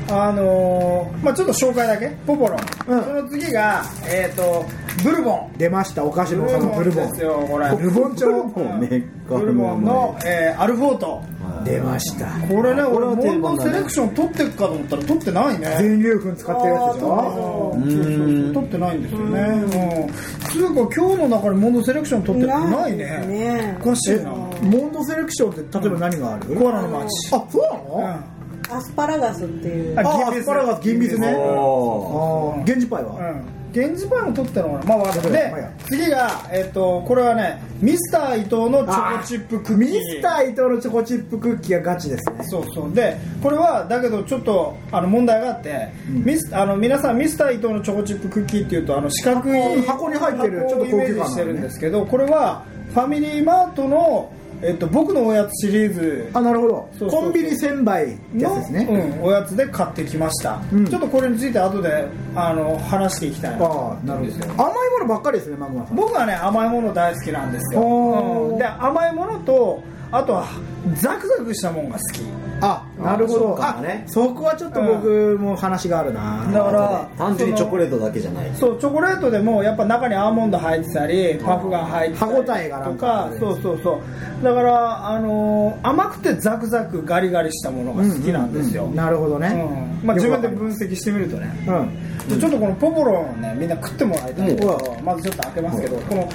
Speaker 1: あのーまあちょっと紹介だけポポロン、
Speaker 2: うん
Speaker 1: その次がえっ、とブルボン
Speaker 2: 出ましたお菓子の王様ブ
Speaker 1: ブル
Speaker 2: ルボ
Speaker 1: ボ
Speaker 2: ン
Speaker 1: ンですよこれ
Speaker 2: ブルボン
Speaker 4: ブルボ
Speaker 2: 調
Speaker 4: ンめっか
Speaker 1: ブルボンの、えーアルフォート
Speaker 2: 出ました
Speaker 1: これね俺
Speaker 4: は定番だね
Speaker 1: モンドセレクション取ってっかと思ったら取ってないね
Speaker 2: 全粒粉使ってるやつでしょ
Speaker 1: あーそうそうそう取ってないんですよねうんつうか今日の中にモンドセレクション取ってない
Speaker 3: です
Speaker 1: ね
Speaker 3: ね
Speaker 1: おかしいな
Speaker 2: モンドセレクションって例えば何がある
Speaker 1: コアラのマーチ
Speaker 2: あそうなの
Speaker 1: う
Speaker 3: アスパラガスっていうん
Speaker 2: あ
Speaker 1: 銀
Speaker 2: ア
Speaker 1: ビス
Speaker 2: スパラガス銀ビスね
Speaker 4: お
Speaker 2: あ
Speaker 4: ー
Speaker 2: あ現地パイは
Speaker 1: うん源氏パイも取ってたのかなまあわかんない
Speaker 2: まあや
Speaker 1: で次がえっとこれはねミスター伊藤のチョコチップクッキー
Speaker 2: ミスター伊藤のチョコチップクッキーがガチですね
Speaker 1: そうそうでこれはだけどちょっとあの問題があって、ミスあの皆さんミスター伊藤のチョコチップクッキーっていうとあの四角い
Speaker 2: 箱に入ってる
Speaker 1: 箱を
Speaker 2: ちょっと高級感のね
Speaker 1: イメージしてるんですけどこれはファミリーマートの、えっと、僕のおやつシリーズ
Speaker 2: あなるほど
Speaker 1: そうそう
Speaker 2: コンビニ千杯ってやつ
Speaker 1: の
Speaker 2: ですね、
Speaker 1: うん、おやつで買ってきました、
Speaker 2: うん
Speaker 1: ちょっとこれについて後であの話していきたいな
Speaker 2: ああなるほど甘いものばっかりですねマグマさん
Speaker 1: 僕はね甘いもの大好きなんですよ、
Speaker 2: おー
Speaker 1: うんで甘いものとあとはザクザクしたものが好き
Speaker 2: あなるほど
Speaker 4: そうかね
Speaker 2: あそこはちょっと僕も話があるな、
Speaker 1: だから
Speaker 4: 単純にチョコ
Speaker 1: レート
Speaker 4: レートだけじゃない。
Speaker 1: そうチョコレートでもやっぱ中にアーモンド入ってたりパフが入ってたり
Speaker 2: 歯応えがな
Speaker 1: と
Speaker 2: んか
Speaker 1: かそうそうそうだから、あのー甘くてザクザクガリガリしたものが好きなんですよ、
Speaker 2: ううなるほどね、
Speaker 1: うんまあ、自分で分析してみるとね、
Speaker 2: うん
Speaker 1: じゃあちょっとこのポポロンをねみんな食ってもらいたい、
Speaker 4: うん
Speaker 1: うんまずちょっと開けますけど、この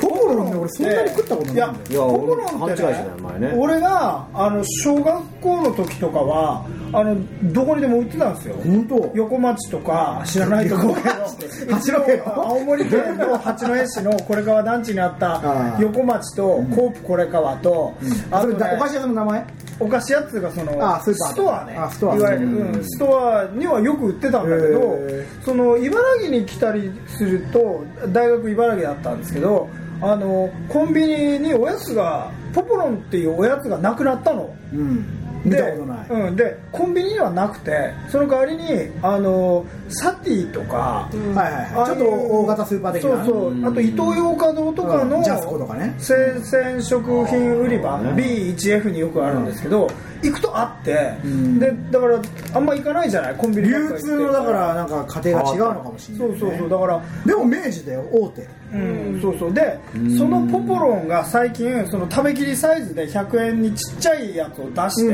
Speaker 2: ポポロンね俺そんなに食ったことないんだ
Speaker 1: いや
Speaker 2: よ
Speaker 4: いや
Speaker 1: ポポロンって、ね、
Speaker 4: 俺勘違いしてたよ前ね
Speaker 1: 俺があの小学校の時とかはあのどこにでも売ってたんですよ
Speaker 2: 本当
Speaker 1: 横町とか知らないところ
Speaker 2: 八戸の
Speaker 1: 青森県の八戸市のこれ川団地にあった
Speaker 2: あー
Speaker 1: 横町とコープこれ川と、あ
Speaker 2: あ
Speaker 1: と
Speaker 2: そ
Speaker 1: ね
Speaker 2: れだお菓子屋さんの名前
Speaker 1: お菓子屋っていうかその
Speaker 2: あスーパー
Speaker 1: ストアね
Speaker 2: あストア
Speaker 1: いわゆる、
Speaker 2: うん
Speaker 1: うんストアにはよく売ってたんだけど
Speaker 2: へ
Speaker 1: その茨城に来たりすると大学茨城だったんですけどあのコンビニにおやつがポポロンっていうおやつがなくなったの
Speaker 2: うん見
Speaker 1: で
Speaker 2: たことない、
Speaker 1: うん、でコンビニにはなくてその代わりにあのサティとか、
Speaker 3: うん
Speaker 2: はいはいはいちょっと大型スーパー的な
Speaker 1: そうそうあとイトーヨーカドーとかの、
Speaker 2: うんジャスコとかね
Speaker 1: 生鮮食品売り場、B1F によくあるんですけど、行くとあって、
Speaker 2: ん
Speaker 1: でだからあんま行かないじゃないコンビニばっ
Speaker 2: 流
Speaker 1: かり行って
Speaker 2: 通のだからなんか家庭が違うのかもしれな
Speaker 1: そ
Speaker 2: いうね、
Speaker 1: そうそうだから
Speaker 2: でも明治だよ大手
Speaker 1: うん、そうそうでそのポポロンが最近その食べきりサイズで100円にちっちゃいやつを出して、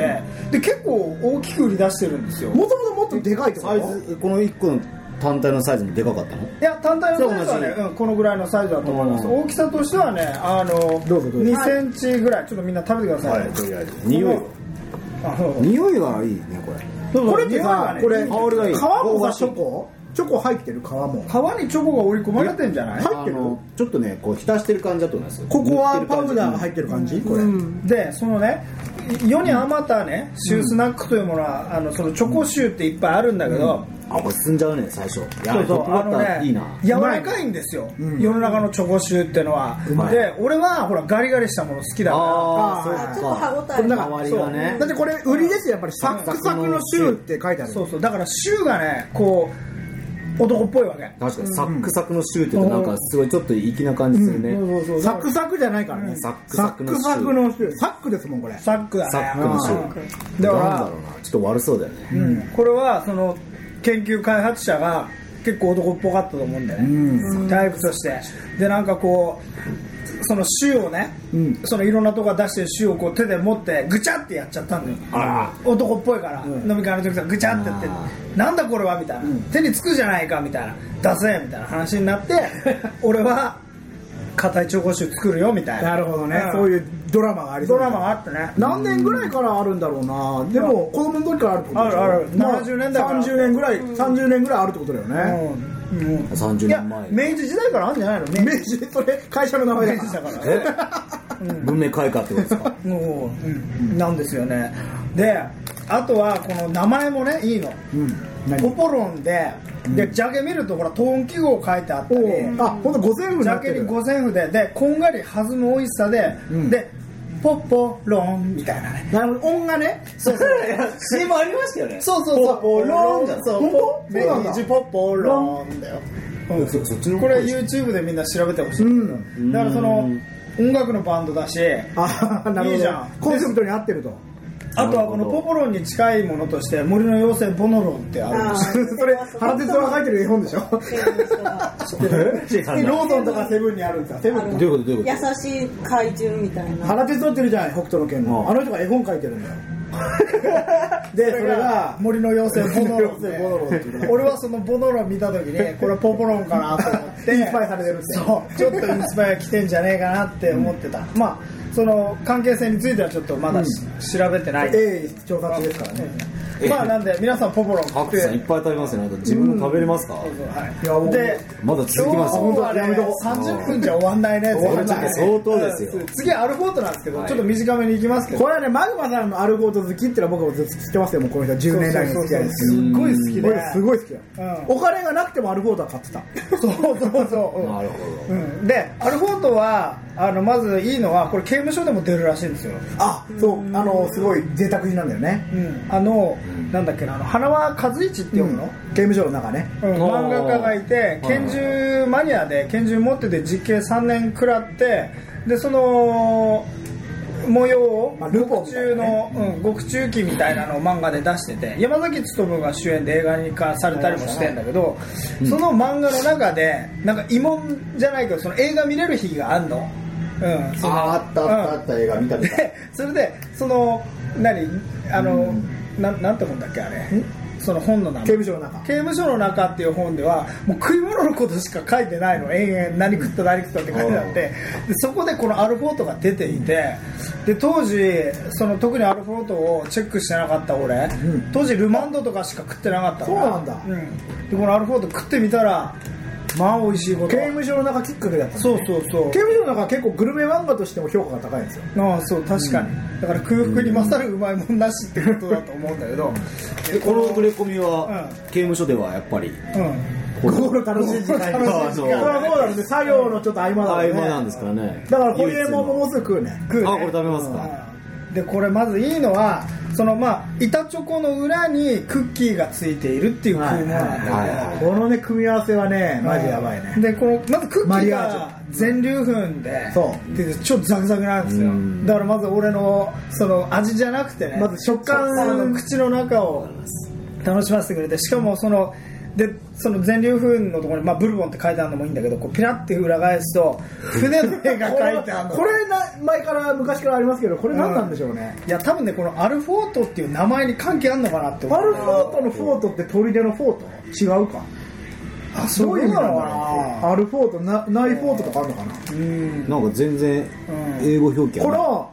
Speaker 1: で結構大きく売り出してるんですよ
Speaker 2: もともともっとでかいってこ
Speaker 4: サ
Speaker 2: と
Speaker 4: イズこの1個の単体のサイズもでかかったの
Speaker 1: いや単体のサイズはね、
Speaker 4: じゃあ同
Speaker 1: うん、このぐらいのサイズだと思います、
Speaker 4: うん
Speaker 1: 大きさとしてはねあの
Speaker 2: どうぞどうぞ
Speaker 1: 2センチぐらいちょっとみんな食べてください、
Speaker 4: はいとりあえず匂いは
Speaker 1: あの
Speaker 4: 匂いがいいねこれ
Speaker 1: こ
Speaker 2: こ
Speaker 1: れ
Speaker 2: れ
Speaker 1: っ
Speaker 2: ってて
Speaker 1: さ
Speaker 2: さ、
Speaker 1: こ
Speaker 2: こ
Speaker 1: れ
Speaker 2: れ
Speaker 1: 皮
Speaker 2: 皮
Speaker 1: も
Speaker 4: 香りがいい
Speaker 2: もさチョコチョコ入ってる皮も
Speaker 1: 皮にチョコが織り込まれてんじゃない
Speaker 2: 入ってる
Speaker 4: あのちょっとねこう浸してる感じだと思います
Speaker 2: ココアパウダーが入ってる感じ、これ、
Speaker 1: でそのね世に余ったねシュースナックというものは、あのそのチョコシューっていっぱいあるんだけど、
Speaker 4: あこれ進んじゃうね最初いや
Speaker 1: そうそう
Speaker 4: トップ
Speaker 1: あ
Speaker 4: バッ
Speaker 1: の
Speaker 4: ター
Speaker 1: ね
Speaker 4: いいな
Speaker 1: 柔らかいんですよ、世の中のチョコシューってのは
Speaker 4: まい
Speaker 1: で俺はほらガリガリしたもの好きだか
Speaker 4: あ
Speaker 2: あー
Speaker 4: ー
Speaker 3: ち
Speaker 4: そ
Speaker 3: ょっと歯
Speaker 4: う
Speaker 3: 応
Speaker 4: か
Speaker 3: えが
Speaker 4: 周りがね
Speaker 2: だってこれ売りですよやっぱりサ
Speaker 4: サ
Speaker 2: ッ
Speaker 4: ク
Speaker 2: ク
Speaker 4: サ
Speaker 2: サ
Speaker 4: ク
Speaker 2: ク
Speaker 4: の
Speaker 2: の
Speaker 4: シ
Speaker 2: シ
Speaker 4: ュー
Speaker 2: ューって書いてあ
Speaker 1: ら
Speaker 2: る
Speaker 1: そうそうだからシューがねこう男っぽいわけ
Speaker 4: 確かにサックサクのシューって言うとなんかすごいちょっと粋な感じするね、
Speaker 1: そうそう
Speaker 2: サクサクじゃないからね、
Speaker 4: サックサクのシュー
Speaker 2: サックのシューサックですもんこれ
Speaker 1: サックだね
Speaker 4: サックのシュー
Speaker 1: だか
Speaker 4: なんだ
Speaker 1: ら
Speaker 4: ろうなちょっと悪そうだよね、
Speaker 1: うんこれはその研究開発者が結構男っぽかったと思うんだよね、タイプとしてでなんかこうそのシューをね、そのいろんなとこから出してるシューをこう手で持ってぐちゃってやっちゃったんだよ
Speaker 4: あ
Speaker 1: 男っぽいから、飲み会の時さぐちゃってやって
Speaker 4: あ
Speaker 1: なんだこれはみたいな、手につくじゃないかみたいな出せみたいな話になって俺は硬いチョコシュー作るよみたいな
Speaker 2: なるほどね、
Speaker 1: ん
Speaker 2: そういうドラマがありそ
Speaker 1: ド
Speaker 2: うだ
Speaker 1: ラマがあってね
Speaker 2: 何年ぐらいからあるんだろうな、でも子供の時からあるってことでしょ
Speaker 1: あるある
Speaker 2: ま
Speaker 1: 70年代から
Speaker 2: 30年ぐらい、30年ぐらいあるってことだよね、
Speaker 1: うんうん
Speaker 4: あ30
Speaker 1: いや
Speaker 4: 年前
Speaker 1: 明治時代からあるんじゃないの明
Speaker 2: 明治 (laughs) それ会社の名前
Speaker 1: 明治だ
Speaker 2: だ
Speaker 1: か
Speaker 2: からら
Speaker 4: え文明開化ってことですか
Speaker 1: もう、なんですよねであとはこの名前もねいいの、
Speaker 2: 何
Speaker 1: ポポロンででジャケ見るとほらトーン記号書いてあったり
Speaker 2: おうあ本当五千円に
Speaker 1: ジ
Speaker 2: な
Speaker 1: ャ
Speaker 2: って
Speaker 1: ケに
Speaker 2: る
Speaker 1: 五線譜ででこんがり弾む美味しさで、
Speaker 2: ん
Speaker 1: でポポロンみたいなね
Speaker 2: なるほど音がね
Speaker 4: そうそう CM ありましたよね
Speaker 1: そうそうそう
Speaker 4: ポポロンじゃん
Speaker 1: そう
Speaker 2: 本当
Speaker 1: ポ
Speaker 2: そうなんだ
Speaker 1: 明治ポポロンだよ
Speaker 4: そそっちの
Speaker 1: こ
Speaker 4: 方
Speaker 1: れ
Speaker 4: でしょ
Speaker 1: YouTube でみんな調べてほしい、
Speaker 2: うん
Speaker 1: だからその音楽のバンドだし
Speaker 2: あなるほど
Speaker 1: いいじゃん
Speaker 2: コンセプトに合ってると
Speaker 1: あとはこのポポロンに近いものとして森の妖精ボノロンってあるん
Speaker 3: あ
Speaker 1: で
Speaker 3: ー
Speaker 1: す
Speaker 2: それ原哲郎が書いてる絵本でしょロ
Speaker 4: 違うな
Speaker 1: (laughs)
Speaker 2: ーソンとかセブンにあるんですよセブン
Speaker 4: どういうことどういうこ
Speaker 3: 優しい怪獣みたいな
Speaker 2: 原哲郎っているじゃない北斗の拳
Speaker 4: う
Speaker 2: の
Speaker 4: ん
Speaker 2: あの人が絵本書いてるん (laughs) だよでそれが
Speaker 1: 森の妖精ボノロン
Speaker 2: 森の妖精ボノロンってい
Speaker 1: で
Speaker 2: う
Speaker 1: 俺はそのボノロン見た時に
Speaker 2: (laughs)
Speaker 1: これポポロンかなと思って
Speaker 2: インスパイアされてるって
Speaker 1: そうちょっとインスパイア来てんじゃねえかなって思ってた、まあその関係性についてはちょっとまだし、調べてない
Speaker 2: 絵調達ですからね
Speaker 1: まあなんで皆さんポポロン
Speaker 4: と
Speaker 1: 食
Speaker 4: ハッ
Speaker 1: っ
Speaker 4: ク
Speaker 1: て
Speaker 4: さんいっぱい食べますよねあと自分の食べれますか、
Speaker 1: はい
Speaker 2: いやもう
Speaker 1: で
Speaker 4: まだ続きますよ
Speaker 1: 今日はね
Speaker 2: やめとこう
Speaker 1: 30分じゃ終わんない
Speaker 2: (laughs)
Speaker 1: ね
Speaker 4: わんない
Speaker 1: 絶対ね
Speaker 4: 相当ですよ
Speaker 1: うん次アルフォートなんですけど、ちょっと短めにいきますけど
Speaker 2: これはねマグマさんのアルゴート好きってのは僕もずっと知ってますよもうこの人は10年来の付き合いです
Speaker 1: すっごい好き
Speaker 2: こ
Speaker 1: で
Speaker 2: れすごい好きだよ、
Speaker 1: う
Speaker 2: お金がなくてもアルゴートは買ってた
Speaker 1: (laughs) そうそうそう、うん
Speaker 4: なるほ
Speaker 1: う
Speaker 4: ど
Speaker 1: んでアルフォートはあのまずいいのはこれ刑務所でも出るらしいんですよ、
Speaker 2: あそうあのすごい贅沢品なんだよね
Speaker 1: あのなんだっけなあの花輪和一って読むの、
Speaker 2: 刑務所の中ね
Speaker 1: うん
Speaker 4: おー
Speaker 1: 漫画家がいて拳銃マニアで拳銃持ってて実刑3年食らってでその模様を
Speaker 2: まあルポ
Speaker 1: 獄
Speaker 2: みたい
Speaker 1: 中
Speaker 2: な
Speaker 1: の
Speaker 2: ね、
Speaker 1: うん、獄中記みたいなのを漫画で出してて山崎努が主演で映画に化されたりもしてんだけど、その漫画の中でなんか慰問じゃないけどその映画見れる日があんの。うん、その
Speaker 4: ああったあった
Speaker 1: うん (laughs)
Speaker 4: あった映画見た見た
Speaker 1: でそれでその何あの、なん、なんて本だっけあれその本の名前
Speaker 2: 刑務所の中
Speaker 1: 刑務所の中っていう本ではもう食い物のことしか書いてないの延々何食った何食ったって書いてあってでそこでこのアルフォートが出ていてで当時その特にアルフォートをチェックしてなかった俺、当時ルマンドとかしか食ってなかったから
Speaker 2: そうなんだ
Speaker 1: うんでこのアルフォート食ってみたらまあ美味しいこと
Speaker 2: 刑務所の中きっかけだったの
Speaker 1: そうそうそう
Speaker 2: 刑務所の中は結構グルメ漫画としても評価が高いんですよ
Speaker 1: ああそう確かに、だから空腹に勝るうまいもんなしってことだと思うんだけど
Speaker 4: えこの触れ込みは
Speaker 1: う
Speaker 4: 刑務所ではやっぱり
Speaker 1: うん
Speaker 2: 午後の楽しい時間に
Speaker 4: 楽しい時間
Speaker 2: それはそうだろうね作業のちょっと合間だ
Speaker 4: 合
Speaker 2: もんね
Speaker 4: 間なんですからね
Speaker 2: だからホリエモンももうすぐ食うね
Speaker 1: 食うね
Speaker 4: あこれ食べますか
Speaker 1: でこれまずいいのはそのまあ板チョコの裏にクッキーがついているっていう食い物なんだけど、
Speaker 4: はいはいはい
Speaker 2: このね組み合わせはねマジやばいね
Speaker 1: でこのまずクッ
Speaker 2: マ
Speaker 1: キー
Speaker 2: リアージ
Speaker 1: が全粒粉で
Speaker 2: そう
Speaker 1: でちょっとザクザクなんですよ
Speaker 4: うん
Speaker 1: だからまず俺のその味じゃなくてね
Speaker 2: まず食感
Speaker 1: そうあの口の中を楽しませてくれてしかもそのでその全粒粉のところに、まあ、ブルボンって書いてあるのもいいんだけどこうピラッて裏返すと船の絵が書いてあるの
Speaker 2: これな前から昔からありますけどこれ何なんでしょうね、
Speaker 1: いや多分ねこのアルフォートっていう名前に関係あるのかなって思
Speaker 2: ア
Speaker 1: う
Speaker 2: ルフォートのフォートって砦のフォート違うか
Speaker 1: あそういう意味なのかな
Speaker 2: アルフォートなないフォートとかあるのかな
Speaker 1: うん
Speaker 4: なんか全然英語表記
Speaker 2: こ
Speaker 4: はない
Speaker 2: の、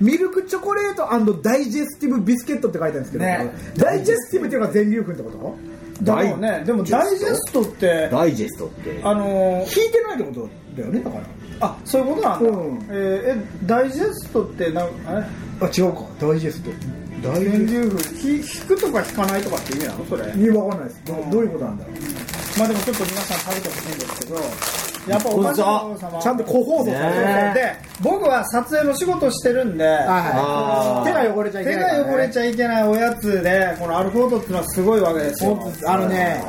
Speaker 2: ミルクチョコレートダイジェスティブビスケットって書いてあるんですけど、
Speaker 1: ね
Speaker 2: ダイジェスティブっていうのが全粒粉ってこと
Speaker 1: だろうねでもダイジェストって
Speaker 4: ダイジェストって
Speaker 1: あのー
Speaker 2: 引いてないってことだよねだから
Speaker 1: あそういうことなんだ、
Speaker 2: う
Speaker 1: え
Speaker 2: ん
Speaker 1: ーえダイジェストってなんあれ
Speaker 2: あ違うかダイジェストダイジ
Speaker 1: 全
Speaker 2: ェス
Speaker 1: 粒粉ひ引くとか引かないとかって意味なのそれ
Speaker 2: トいやわかんないですど
Speaker 1: うん
Speaker 2: どういうことなんだろう
Speaker 1: まあでもちょっと皆さん食べてほしいんですけどやっぱおかしの王様
Speaker 2: ちゃんと個包装されてる
Speaker 4: ね
Speaker 1: で僕は撮影の仕事をしてるんで、
Speaker 2: は
Speaker 4: あ
Speaker 2: い
Speaker 4: ー
Speaker 2: 手が汚れちゃいけ
Speaker 1: 手
Speaker 2: ないからね、
Speaker 1: が汚れちゃいけないおやつでこのアルフォートっていうのはすごいわけですよ
Speaker 2: あのね、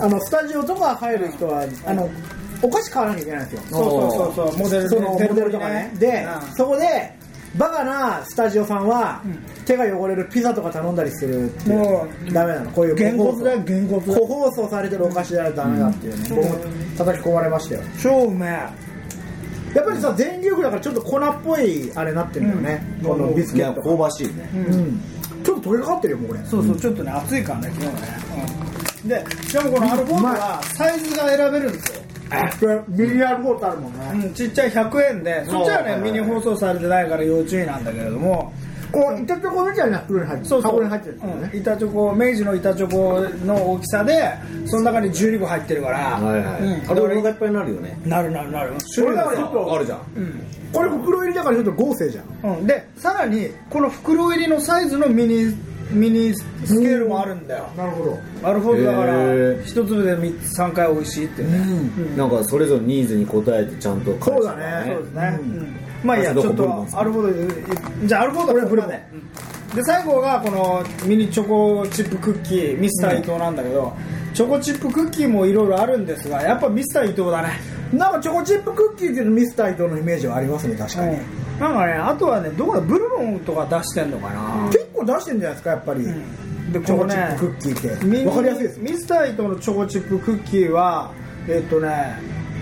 Speaker 2: あのスタジオとか入る人は、あのお菓子買わなきゃいけないんです
Speaker 1: そ
Speaker 2: よ、
Speaker 1: うそうそうそうモデル
Speaker 2: そのモデルとかね。で、
Speaker 1: うん
Speaker 2: そこで、バカなスタジオさんは、手が汚れるピザとか頼んだりするっていう
Speaker 1: も
Speaker 2: ダメなの、こういう
Speaker 1: げんこつだ
Speaker 2: 個包
Speaker 1: げんこつだ
Speaker 2: 個包装されてるお菓子じゃダメだっていうね、僕も叩き込まれましたよ。
Speaker 1: 超うめえ
Speaker 2: やっぱりさ、全粒粉だからちょっと粉っぽいあれになってるんだよね、このビスケ
Speaker 4: ね
Speaker 2: ット
Speaker 4: 香
Speaker 2: が。
Speaker 4: ばしいね
Speaker 2: うんちょっと溶けかかってるよ、もうこれ。
Speaker 1: そうそう、ちょっとね、熱いからね、昨日ね。うん、で、しかもこのアルフォートはサイズが選べるんですよ。
Speaker 2: ミリアルフォートあるもんね。
Speaker 1: うん、ちっちゃい100円で、そっちは
Speaker 4: は
Speaker 1: ね、ミ
Speaker 4: い
Speaker 1: ニ包装されてないから要注意なんだけれども、
Speaker 2: こう、板チョコみたいな袋に入ってる。
Speaker 1: そうそう、
Speaker 2: 箱に入ってるんですよね。
Speaker 1: うん板チョコ、明治の板チョコの大きさで、その中に12個入ってるから、
Speaker 4: はいはい、
Speaker 1: うん
Speaker 4: あれお腹いっぱいになるよね
Speaker 1: なるなるなる。
Speaker 2: 俺だからちょっと
Speaker 4: あるじゃん
Speaker 2: これ袋入りだからちょっと合成じゃん
Speaker 1: うん、で、さらに、この袋入りのサイズのミニ、ミニスケールもあるんだよ。
Speaker 2: なるほど
Speaker 1: アルフォートだか
Speaker 4: へ
Speaker 1: ら、
Speaker 4: ー
Speaker 1: 一粒で3つ3回美味しいっていうね。
Speaker 4: なんかそれぞれニーズに応えてちゃんと返
Speaker 2: そう
Speaker 4: し
Speaker 2: だ
Speaker 4: たから
Speaker 2: ね
Speaker 1: そうですね、まあいいやち
Speaker 4: ど
Speaker 1: ょ
Speaker 4: こ
Speaker 1: っ
Speaker 4: ブルボンさ
Speaker 1: と
Speaker 4: ん
Speaker 1: アルフォートでじゃあアルフォートはここまでで最後がこのミニチョコチップクッキーミスター伊藤なんだけど、チョコチップクッキーもいろいろあるんですがやっぱミスター伊藤だね、
Speaker 2: なんかチョコチップクッキーっていうとミスター伊藤のイメージはありますね確かに、
Speaker 1: なんかねあとはねどこだブルボンとか出してんのかな
Speaker 2: 結構出してんじゃないですかやっぱり、
Speaker 1: で
Speaker 2: チ
Speaker 1: こ
Speaker 2: ョコ
Speaker 1: こ
Speaker 2: チッ
Speaker 1: ね
Speaker 2: プクッキーって
Speaker 1: ミ
Speaker 2: わかりやすいです
Speaker 1: ミスター伊藤のチョコチップクッキーはえっとね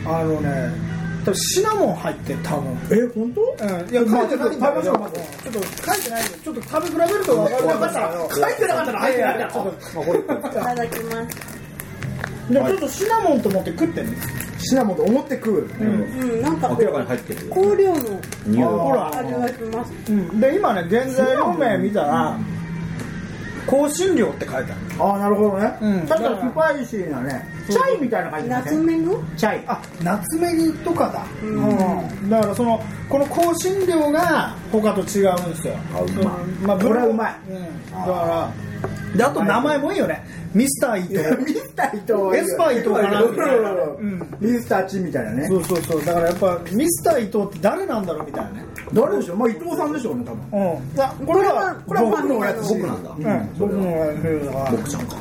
Speaker 1: あのね多分シナモン入ってる多分
Speaker 2: え本当
Speaker 1: うんいや、書いてないんだよ。ち
Speaker 2: ち
Speaker 1: ょっ
Speaker 2: ょっ
Speaker 1: と
Speaker 2: と
Speaker 1: 書いてないんだよ。ちょっと食べ比べると分かる。
Speaker 2: 分かったよ書いてなかったら入ってないんだよ
Speaker 1: ちょっ
Speaker 4: まあこれ
Speaker 3: いただきます
Speaker 1: とでもちょっとシナモンと思って食ってるんです。
Speaker 2: シナモンと思って食う、
Speaker 3: うんなんかこう
Speaker 4: 明らかに入ってる
Speaker 3: 香料の
Speaker 4: 匂い
Speaker 1: あーほ
Speaker 4: が
Speaker 1: ら
Speaker 3: 味がします
Speaker 1: うん。で、今ね、原材料名見たら、香辛料って書いてある。
Speaker 2: ああなるほどね、
Speaker 1: うん
Speaker 2: 確かにスパイシーなねチャイみたいな感じ
Speaker 3: ナ
Speaker 2: です
Speaker 3: ツ
Speaker 2: ね
Speaker 3: メグ
Speaker 2: チャイ
Speaker 1: あ、ナツメグとかだ。
Speaker 3: う
Speaker 1: うん。だからその、この香辛料が他と違うんですよ。
Speaker 4: あうまい
Speaker 1: まあ
Speaker 2: これはうまい
Speaker 1: うん。だから、で、あと名前もいいよね。ミスター伊
Speaker 2: いや
Speaker 1: 藤。
Speaker 2: ミスター伊藤はいいよ
Speaker 1: エスパー伊藤かなみたいな
Speaker 2: うんミスターチみたいなね
Speaker 1: そうそうそう。だからやっぱ、ミスター伊藤って誰なんだろうみたいなね。
Speaker 2: 誰でしょうまあ伊藤さんでしょうね多分
Speaker 1: うん、だこ
Speaker 3: こ
Speaker 1: れ
Speaker 3: れ
Speaker 1: は
Speaker 3: は
Speaker 1: こ
Speaker 3: こ
Speaker 1: れ
Speaker 3: れ
Speaker 1: は
Speaker 3: は
Speaker 1: 僕
Speaker 3: 僕
Speaker 1: の
Speaker 3: の
Speaker 1: お
Speaker 3: お
Speaker 1: や
Speaker 3: や
Speaker 1: つ
Speaker 3: つ
Speaker 4: 僕なんだ、
Speaker 1: うん、僕のやつだから
Speaker 4: 僕ちゃんか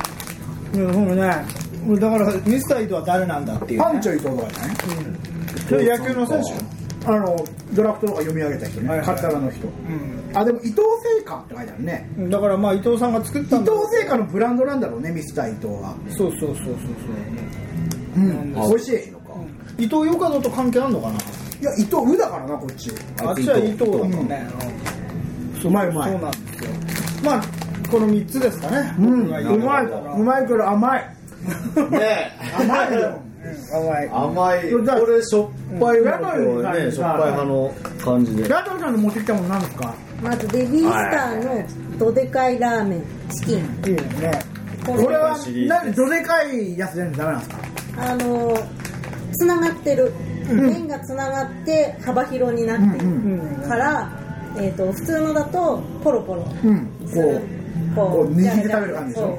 Speaker 1: うん僕ねだからミスター伊藤は誰なんだっていう、
Speaker 2: パンチョ伊藤とかじゃない
Speaker 1: それ野球の選手
Speaker 2: あのドラフトとか読み上げた人ね、
Speaker 1: はいはい
Speaker 2: カッタラの人、あでも伊藤製菓って書いてあるね
Speaker 1: うんだからまあ伊藤さんが作っ
Speaker 2: 伊
Speaker 1: たん
Speaker 2: 藤
Speaker 1: だ
Speaker 2: 製菓のブランドなんだろうねミスター伊藤は、
Speaker 1: そうそうそうそうそう、
Speaker 2: うん、美味しい
Speaker 1: 伊藤ヨカドと関係あるのかない
Speaker 2: や伊藤うだからなこっち
Speaker 1: あ
Speaker 4: あ
Speaker 1: っ
Speaker 4: っ
Speaker 1: ち
Speaker 4: ち
Speaker 1: は
Speaker 4: は
Speaker 1: 伊
Speaker 4: 伊
Speaker 1: 藤
Speaker 4: 藤
Speaker 1: だもん
Speaker 2: うん
Speaker 1: ね、
Speaker 2: うまいうまい
Speaker 1: そうなんですよまあこの3つですかね、
Speaker 2: うん
Speaker 1: 僕が言
Speaker 2: うまい
Speaker 1: のは
Speaker 2: うまいけど甘い
Speaker 4: ね
Speaker 2: 甘いよ
Speaker 1: 甘い
Speaker 4: 甘いこ
Speaker 2: だ
Speaker 4: れしょっぱい
Speaker 2: うん
Speaker 4: これねしょっぱい派の感じで
Speaker 2: ラトルさんの持ってきたものなんですか
Speaker 3: まずベビースターのどでかいラーメンチキン
Speaker 2: いいよね
Speaker 3: こ
Speaker 2: これ
Speaker 3: れ
Speaker 2: は
Speaker 4: シリーズ
Speaker 2: なんでどでかいやつじゃダメなんですか
Speaker 3: あのつながってる麺がつながって幅広になって
Speaker 2: うん
Speaker 3: るから、えー、と普通のだとポロポロ
Speaker 2: うん
Speaker 3: す
Speaker 2: こ
Speaker 3: る
Speaker 2: うこう握って食べる感じでしょ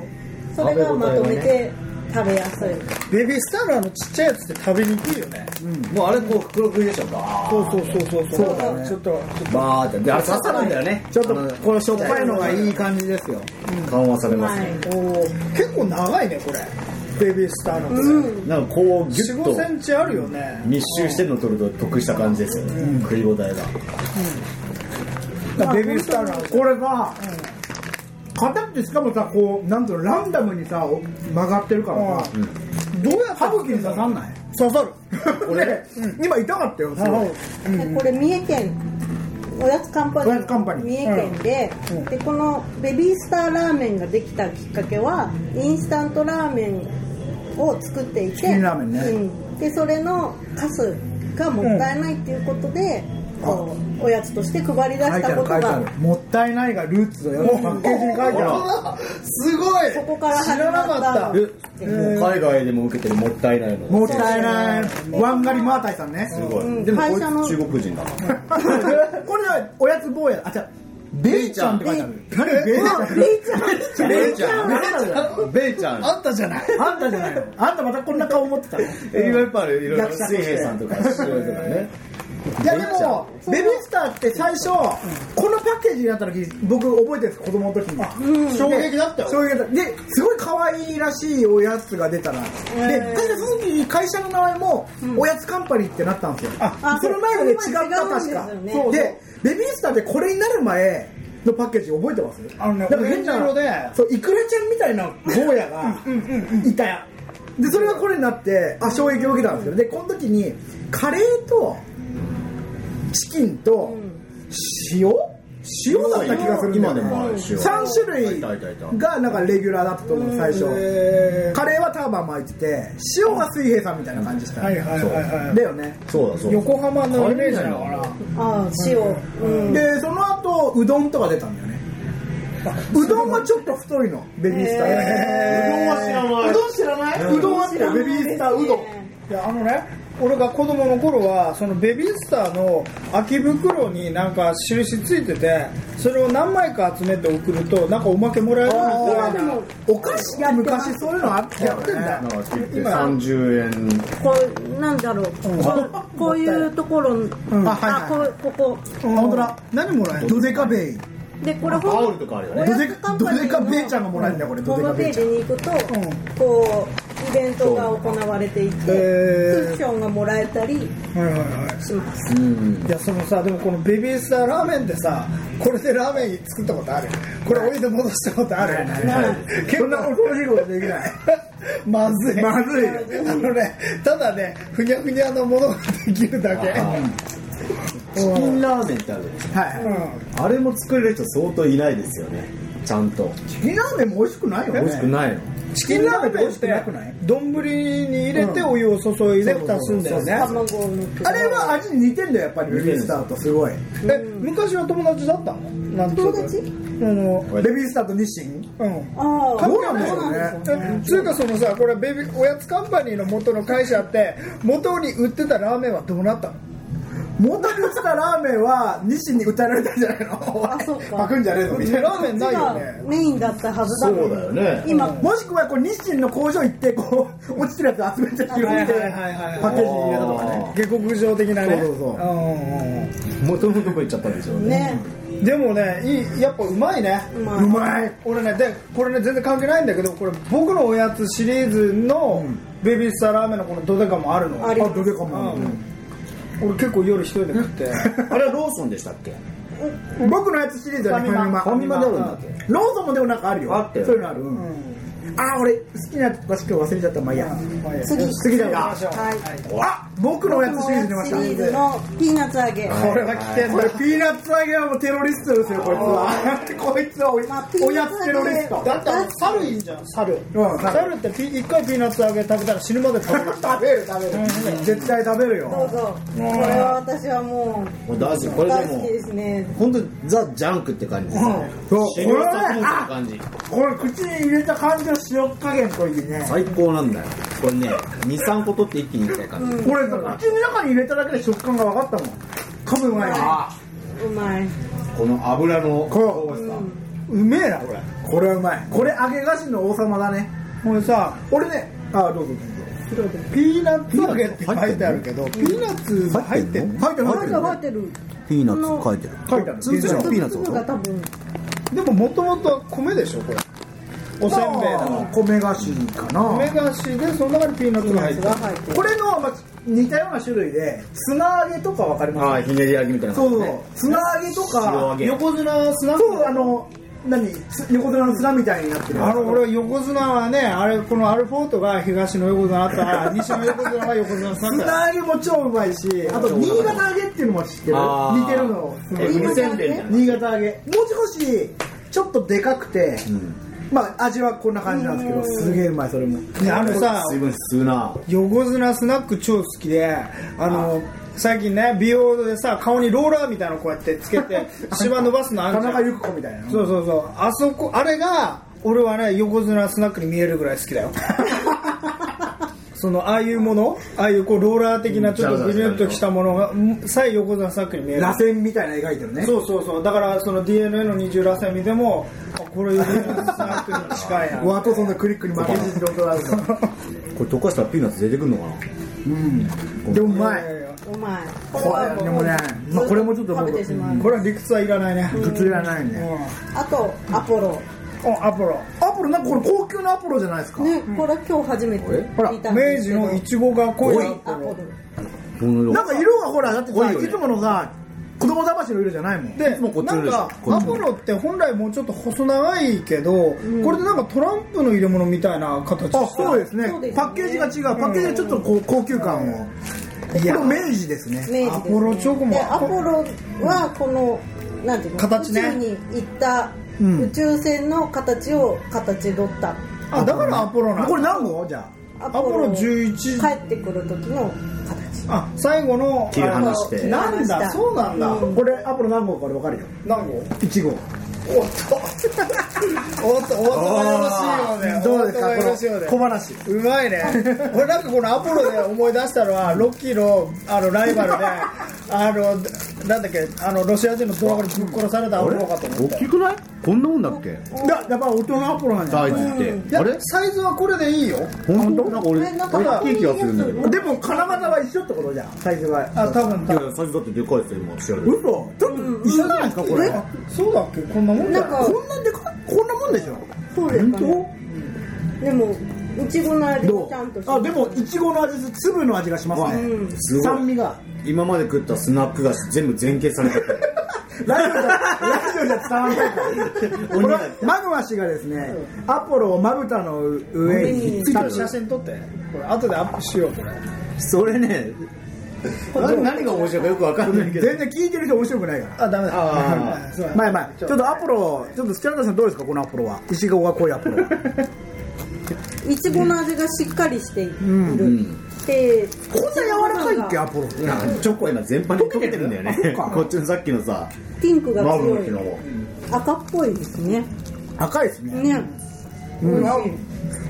Speaker 3: そうそれがまとめて食べやすい
Speaker 1: ベビースターのあのちっちゃいやつって食べにくいよね。
Speaker 4: もうあれこう袋食いでしょバ
Speaker 1: そうそうそうそうそう。
Speaker 2: そうだね
Speaker 1: ちょっと
Speaker 4: ーバーってであれ刺さるんだよね
Speaker 2: ちょっと
Speaker 4: あの
Speaker 2: このしょっぱいのがいい感じですよ
Speaker 4: 緩和されま
Speaker 3: は
Speaker 4: すね
Speaker 3: い
Speaker 1: おー結構長いねこれ。ベビースターのこれ。
Speaker 4: なんかこうギ
Speaker 1: 四
Speaker 4: ュッ
Speaker 1: 五
Speaker 4: と
Speaker 1: センチあるよね。
Speaker 4: 密集してるの取ると得した感じですよね食い応えが
Speaker 1: ベビースターの
Speaker 2: これが型ってしかもさこうなんとランダムにさお曲がってるからさどうやって歯茎に刺さんない
Speaker 1: 刺さる。
Speaker 2: 俺今痛かったよすごい
Speaker 3: でこれ三重県おやつカンパニー
Speaker 2: おやつカンパニー
Speaker 3: 三重県で,、でこのベビースターラーメンができたきっかけはインスタントラーメンを作っていて
Speaker 2: チキンラーメンね
Speaker 3: うんでそれのカスがもったいないっていうことで、こうおやつとして配り出
Speaker 2: 書
Speaker 3: し
Speaker 2: いて
Speaker 3: た
Speaker 2: あ
Speaker 3: こ
Speaker 2: る
Speaker 3: と
Speaker 2: 書いてあ
Speaker 3: が
Speaker 2: るもったいないがルーツだよパッケージに書いてあ
Speaker 1: すごい
Speaker 3: そこから始まった
Speaker 1: 知らなかった。
Speaker 4: えもう海外でも受けてるもったいないの
Speaker 2: るもったいないワンガリマータイさんね
Speaker 4: すご
Speaker 3: うん
Speaker 4: いでもこいつ
Speaker 3: 会社の
Speaker 4: 中国人だ
Speaker 2: これはおやつ坊やあじゃベイちゃんって書いてある何ベイちゃんって
Speaker 4: ベイちゃんベイちゃん
Speaker 1: あったじゃない。
Speaker 2: あんたじゃないのあんたまたこんな顔持ってたの
Speaker 4: えいろいろいっぱいあるいろいろ
Speaker 2: 役者として
Speaker 4: 水平さんとか父親とかね
Speaker 2: いやでもベビースターって最初このパッケージになった時僕覚えてるんです子供の時に
Speaker 1: 衝撃だったよ
Speaker 2: 衝撃だったですごい可愛いらしいおやつが出たらで確かその時に会社の名前もおやつカンパニーってなったんですよ
Speaker 3: あ
Speaker 2: その前まで違っ
Speaker 3: そ
Speaker 2: た
Speaker 3: の前違うんです
Speaker 2: 確
Speaker 3: よ
Speaker 2: か
Speaker 3: ね
Speaker 2: でベビースターってこれになる前のパッケージ覚えてます
Speaker 1: あのね
Speaker 2: なんか
Speaker 1: オレンジ色で
Speaker 2: そうイクラちゃんみたいな坊やがいたやでそれがこれになってあ衝撃を受けたんですけどでこの時にカレーとチキンと塩塩だった気がするんだよ、
Speaker 4: 今でもある塩
Speaker 2: 3種類
Speaker 4: あいたいたいた
Speaker 2: がなんかレギュラーだったと思う最初カレーはターバン巻いてて塩が水平さんみたいな感じした、
Speaker 1: はいはいはいはい。
Speaker 2: だよね
Speaker 4: そうだそうだ
Speaker 1: 横浜のイメージだから。
Speaker 3: ああ塩、うん
Speaker 2: でその後うどんとか出たんだよねうどんはちょっと太いのベビースターうどんは知らないうどん知らないうどんは知らないベビースターうどん
Speaker 1: いやあのね俺が子供の頃はそのベビースターの空き袋になんか印ついててそれを何枚か集めて送るとなんかおまけもらえるみたいな
Speaker 2: お菓子が昔そういうのあったよね
Speaker 4: なんか切って
Speaker 1: 今
Speaker 4: 30円
Speaker 3: こうなんだろう、こうこういうところ、
Speaker 2: ん
Speaker 3: あ
Speaker 2: あはいはい
Speaker 3: こうここ
Speaker 2: 本当だ
Speaker 1: 何もらえる
Speaker 2: ドデカベイ
Speaker 3: でこれ
Speaker 4: タオ
Speaker 3: 本
Speaker 4: ルとかあるよ
Speaker 3: お
Speaker 4: ね
Speaker 3: やつカンパニーの
Speaker 2: どでかべーちゃんがもらえるんだよこれ
Speaker 3: ホームページに行くと、こうイベントが行われていて、ク
Speaker 1: へー
Speaker 3: ッションがもらえたり
Speaker 1: はいはいは
Speaker 3: します。
Speaker 4: うん
Speaker 1: いいやそのさでもこのベビースターラーメンってさこれでラーメン作ったことあるこれお湯で戻したことある結 (laughs)
Speaker 2: そ
Speaker 1: 構
Speaker 2: んな恐ろしいことできない
Speaker 1: まずい
Speaker 2: まずいよ
Speaker 1: あのねただねふにゃふにゃのものができるだけ
Speaker 4: チキンラーメンってあるじゃないです
Speaker 2: はい
Speaker 1: うん
Speaker 4: かあれも作れる人相当いないですよねちゃんと
Speaker 2: チキンラーメンも美味しくないよね
Speaker 4: 美味しくないの
Speaker 1: チキンラーメンって美味しくなくない丼に入れてお湯を注いで蓋すんだよね
Speaker 3: 卵を抜く。
Speaker 2: あれは味似てんだよやっぱりベビースターとすごい
Speaker 1: え昔は友達だったのなんていうの
Speaker 3: 友達
Speaker 1: あの
Speaker 2: ベビースターと日清
Speaker 1: うん
Speaker 3: ああ、
Speaker 2: どうなんでしょうね
Speaker 1: えつうかそのさこれベビおやつカンパニーの元の会社って元に売ってたラーメンはどうなったの
Speaker 2: 元にしたラーメンは日清に訴えられたんじゃないの
Speaker 3: あそうか
Speaker 2: パクんじゃねえぞみたいな
Speaker 1: ラーメンないよね
Speaker 3: メインだったはずだ
Speaker 4: そうだよね
Speaker 3: 今、
Speaker 2: もしくはこう日清の工場行ってこう落ちてるやつ集めて拾っ
Speaker 1: はい
Speaker 2: て
Speaker 1: はいはいはい
Speaker 2: パッケージに入れたとかね
Speaker 1: 下克上的なね
Speaker 2: そうそうそうん
Speaker 1: うん
Speaker 4: 元のとこ行っちゃったんでしょうね
Speaker 3: ね、
Speaker 1: うんでもねいいやっぱうまいね
Speaker 3: ま
Speaker 2: う
Speaker 3: あ、
Speaker 2: まい
Speaker 1: 俺ねでこれね全然関係ないんだけどこれ僕のおやつシリーズのベビースターラーメンのこのドデカもあるの
Speaker 3: あり
Speaker 2: あどでかも
Speaker 1: 俺結構夜一人で食
Speaker 2: (laughs)
Speaker 1: って
Speaker 4: あれはローソンでしたっけ
Speaker 2: 僕のやつシリーズはね
Speaker 1: ファミマ
Speaker 2: ファミマ
Speaker 4: ファミマであるんだっ
Speaker 2: ローソンもでもなんかあるよ
Speaker 4: あったよ
Speaker 2: そういうのあるああ俺好きなやつ詳しく忘れちゃったまあいいや
Speaker 3: 次
Speaker 2: 次だよ
Speaker 3: はい
Speaker 2: あ僕のおやつシリーズ出ま
Speaker 3: シリーズ
Speaker 2: した
Speaker 3: のピーナッツ揚げ。
Speaker 1: これは来てん
Speaker 2: こ
Speaker 1: だ
Speaker 2: れピーナッツ揚げはもうテロリストですよこいつはこいつはお
Speaker 3: まあピ
Speaker 2: お
Speaker 3: ーナッツ揚げ
Speaker 2: やつテロリスト
Speaker 1: だってあの猿いいじゃん猿、
Speaker 2: うん猿
Speaker 1: 猿ってピ一回ピーナッツ揚げ食べたら死ぬまで食べる
Speaker 2: 食べる食べる (laughs) 絶対食べる
Speaker 3: どう
Speaker 2: よ
Speaker 3: ぞ。これは私はも
Speaker 4: もう大好きこ
Speaker 3: う
Speaker 4: れ
Speaker 3: 大
Speaker 4: で
Speaker 3: 好
Speaker 4: も
Speaker 3: きですね。
Speaker 4: 本当にザ・ジャンクって感じですよね
Speaker 2: そうこ
Speaker 4: 資
Speaker 2: れ
Speaker 4: 料
Speaker 2: ね
Speaker 4: 作物って
Speaker 2: あ
Speaker 4: 感じ
Speaker 2: これ口に入れた感じの塩加減といいね
Speaker 4: 最高なんだよこれね23個取って一気にいきたい感じ
Speaker 2: これさ口の中に入れただけで食感が分かったもん噛む前に
Speaker 3: うまい。
Speaker 4: この油の
Speaker 2: こ
Speaker 1: うめえなこれ
Speaker 2: うこれはうまいこれ揚げ菓子の王様だね
Speaker 1: これさ
Speaker 2: 俺ねあどうぞどうぞ
Speaker 3: 白で
Speaker 1: ピーナッツ揚げって書いてあるけどピーナッツ入ってんの
Speaker 5: 入ってる
Speaker 3: 入
Speaker 5: 入
Speaker 3: っ
Speaker 5: って
Speaker 3: て
Speaker 5: る
Speaker 3: る入ってる
Speaker 5: ピーナッツ書いてる
Speaker 2: 書いてある
Speaker 5: ツンツンのピーナッツ
Speaker 3: 粒
Speaker 5: だ
Speaker 3: が
Speaker 5: ろ
Speaker 3: 多分
Speaker 1: でももともとは米でしょこれおせんべいだから
Speaker 2: 米菓子かな
Speaker 1: 米菓子でその中にピーナッツが入ってる
Speaker 3: が入ってる
Speaker 2: これの、まあ、似たような種類で砂揚げとかわかります
Speaker 4: はい、ひねり焼きみたいな。
Speaker 2: そうそう砂揚げと
Speaker 4: 塩
Speaker 2: か
Speaker 4: 揚げ
Speaker 1: 横綱スナッ
Speaker 2: そう
Speaker 1: ク
Speaker 2: あの何つ横綱の綱みたいになってる
Speaker 1: あの俺は横綱はねあれこのアルフォートが東の横綱あった (laughs) ら西の横綱が横綱スナックだ
Speaker 2: 砂揚げも超うまいしあと新潟揚げっていうのも知ってる
Speaker 4: あー
Speaker 2: 似てるの
Speaker 4: え
Speaker 3: 新潟
Speaker 4: 海鮮弁じゃない
Speaker 2: 新潟揚げもう少しちょっとでかくて、まあ味はこんな感じなんですけどすげえうまいそれも
Speaker 1: ねあのさ
Speaker 4: 水分吸うな。
Speaker 1: 横綱スナック超好きであの最近ね美容でさ顔にローラーみたいなのこうやってつけ (laughs) てシワ伸ばすのあ
Speaker 2: 田
Speaker 1: んじゃ
Speaker 2: 中
Speaker 1: ん
Speaker 2: 由紀子みたいな
Speaker 1: そうそうそうあそこあれが俺はね横綱スナックに見えるぐらい好き (laughs) だよそのああいうものああいうこうローラー的なちょっとぐにゅっとしたものがうんさえ横綱スナックに見える
Speaker 2: 螺旋みたいなの描いてるね
Speaker 1: そうそうそうだからその DNA の二重らせ見てもあこれ DNA のスナックに近いな
Speaker 2: ワトソンのクリックに負けじとある
Speaker 4: これ溶かしたらピーナッツ出てくるのかな
Speaker 2: うんでもうまい
Speaker 3: うまい
Speaker 2: これでもねまあこれもちょっと
Speaker 3: 食
Speaker 2: 僕
Speaker 3: べてしまう、
Speaker 1: これは理屈はいらないね、
Speaker 2: 普通じゃないね
Speaker 3: あとアポロ
Speaker 1: おアポロ
Speaker 2: アポロなんかこれ高級なアポロじゃないですか
Speaker 3: ねこれ今日初めて
Speaker 2: ほら
Speaker 3: 聞いたんで
Speaker 1: 明
Speaker 3: す
Speaker 1: 治
Speaker 3: けど
Speaker 1: のいちごが濃いアポ
Speaker 3: アポ
Speaker 1: ロ
Speaker 3: ロ
Speaker 4: この
Speaker 2: なんか色がほらだって
Speaker 4: 多
Speaker 2: さ
Speaker 4: いよ
Speaker 2: い
Speaker 4: ね
Speaker 2: つものが子供騙しの色じゃないもん
Speaker 1: で
Speaker 4: もこっち
Speaker 1: な
Speaker 4: の
Speaker 1: ん
Speaker 4: でしょ
Speaker 1: か
Speaker 4: こっ
Speaker 1: ア
Speaker 4: ちの
Speaker 1: ポロって本来もうちょっと細長いけど、これでなんかトランプの入れ物みたいな形
Speaker 2: あそうですね
Speaker 3: そうですね
Speaker 2: パッケージが違うパッケージがちょっとこう高級感をこれ明治ですね
Speaker 3: 明治ですね
Speaker 1: アポロチョコも
Speaker 3: でアポロはこのなんていうの
Speaker 1: 形ね
Speaker 3: 宇宙に行った
Speaker 2: うん
Speaker 3: 宇宙船の形を形取った、
Speaker 1: あだからアポロなんだ
Speaker 2: これ何号じゃあ
Speaker 3: ア
Speaker 1: ポロ11
Speaker 3: 帰ってくる時の形
Speaker 1: あ最後の
Speaker 4: 切り離して
Speaker 1: あのなんだそうなんだ、
Speaker 2: これアポロ何号か俺分かるよ
Speaker 1: 何個
Speaker 2: 1
Speaker 1: (laughs)
Speaker 2: 号
Speaker 1: おっとおっとおっとがよろしいようで
Speaker 2: どうです
Speaker 1: おっとがよろしい
Speaker 2: か
Speaker 1: ようで
Speaker 2: この小話
Speaker 1: うま
Speaker 2: (laughs)
Speaker 1: いね俺なんかこのアポロで思い出したのはロッキーのあのライバルであのなんだっけあのロシア人のドラゴンにぶっ殺されたアポロかと思っ
Speaker 4: 大
Speaker 1: た
Speaker 4: きくないこんなもんだっけ
Speaker 2: だやっぱ大人アポロなんじゃな
Speaker 4: サイ
Speaker 2: い
Speaker 4: ズ
Speaker 1: い
Speaker 4: って。
Speaker 1: や
Speaker 4: あれ
Speaker 1: サイズはこれでいいよ
Speaker 4: 本当なんか俺、
Speaker 3: えなんか
Speaker 4: 大きい気がするんだけど。
Speaker 2: でも金型は一緒ってことじゃんサイズが
Speaker 1: あ多分多
Speaker 4: いやい
Speaker 1: 分
Speaker 4: や、サイズだってでかいですよ、今、調べて
Speaker 2: 嘘ちょっと一緒じゃないですかこれ
Speaker 1: あそうだっけこんなもんだ
Speaker 3: なん
Speaker 1: よ
Speaker 3: か
Speaker 2: こんなでかいこんなもんでしょ
Speaker 3: そうですかねでもいちごの味もちゃんとして
Speaker 2: あでもいちごの味粒の味がしますね
Speaker 3: うん
Speaker 4: すごい
Speaker 2: 酸味が
Speaker 4: 今まで食ったスナック菓子全部全決されてて
Speaker 2: ラジオじゃラジオじゃ伝わらないこれはマグマ氏がですねアポロをまぶたの上にひっついてる
Speaker 1: 写真撮ってこれ後でアップしようこれ
Speaker 4: それねな (laughs) 何が面白いかよくわかんないけど
Speaker 2: 全然聞いてる人面白くないから
Speaker 1: あダメだ
Speaker 4: あ
Speaker 1: (laughs) そうだ
Speaker 2: まあまあちょっとアポロちょっとスキャラダさんどうですかこのアポロは石川が濃いアポロは
Speaker 3: いちごの味がしっかりしている、で
Speaker 2: こんな柔らかいっけアポロ
Speaker 4: なんチョコは今全般に溶けてるんだよね
Speaker 2: あそっか
Speaker 4: こっちのさっきのさ
Speaker 3: ピンクが
Speaker 4: マブ
Speaker 3: 強
Speaker 4: の
Speaker 3: い
Speaker 4: 木のも
Speaker 3: 赤っぽいですね
Speaker 2: 赤いですね
Speaker 3: ね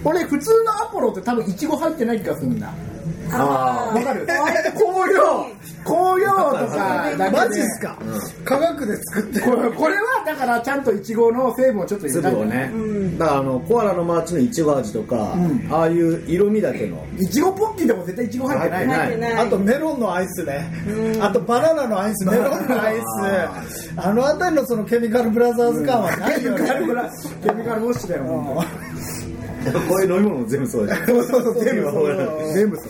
Speaker 2: 俺普通のアポロって多分イチゴ入ってない気がするんだ
Speaker 3: あー
Speaker 2: わか (laughs) る紅葉紅葉とかだけで
Speaker 1: マジっすか科学で作って
Speaker 2: これこれはだからちゃんとイチゴの成分をちょっと入れた
Speaker 4: 粒
Speaker 2: い
Speaker 4: をね、だからあのコアラのマーチのいちご味とか、
Speaker 2: ん
Speaker 4: ああいう色味だけの
Speaker 2: いちごポッキーでも絶対いちご入ってない
Speaker 3: 入ってない
Speaker 1: あとメロンのアイスね、あとバナナのアイス、メロンのアイス、あの辺りのそのケミカルブラザーズ感はないよね。
Speaker 2: ケミカルウォッシュだよも
Speaker 4: こういう飲み物も全部そうだよ (laughs) そうそうそう全部そうだよ
Speaker 2: う全部そう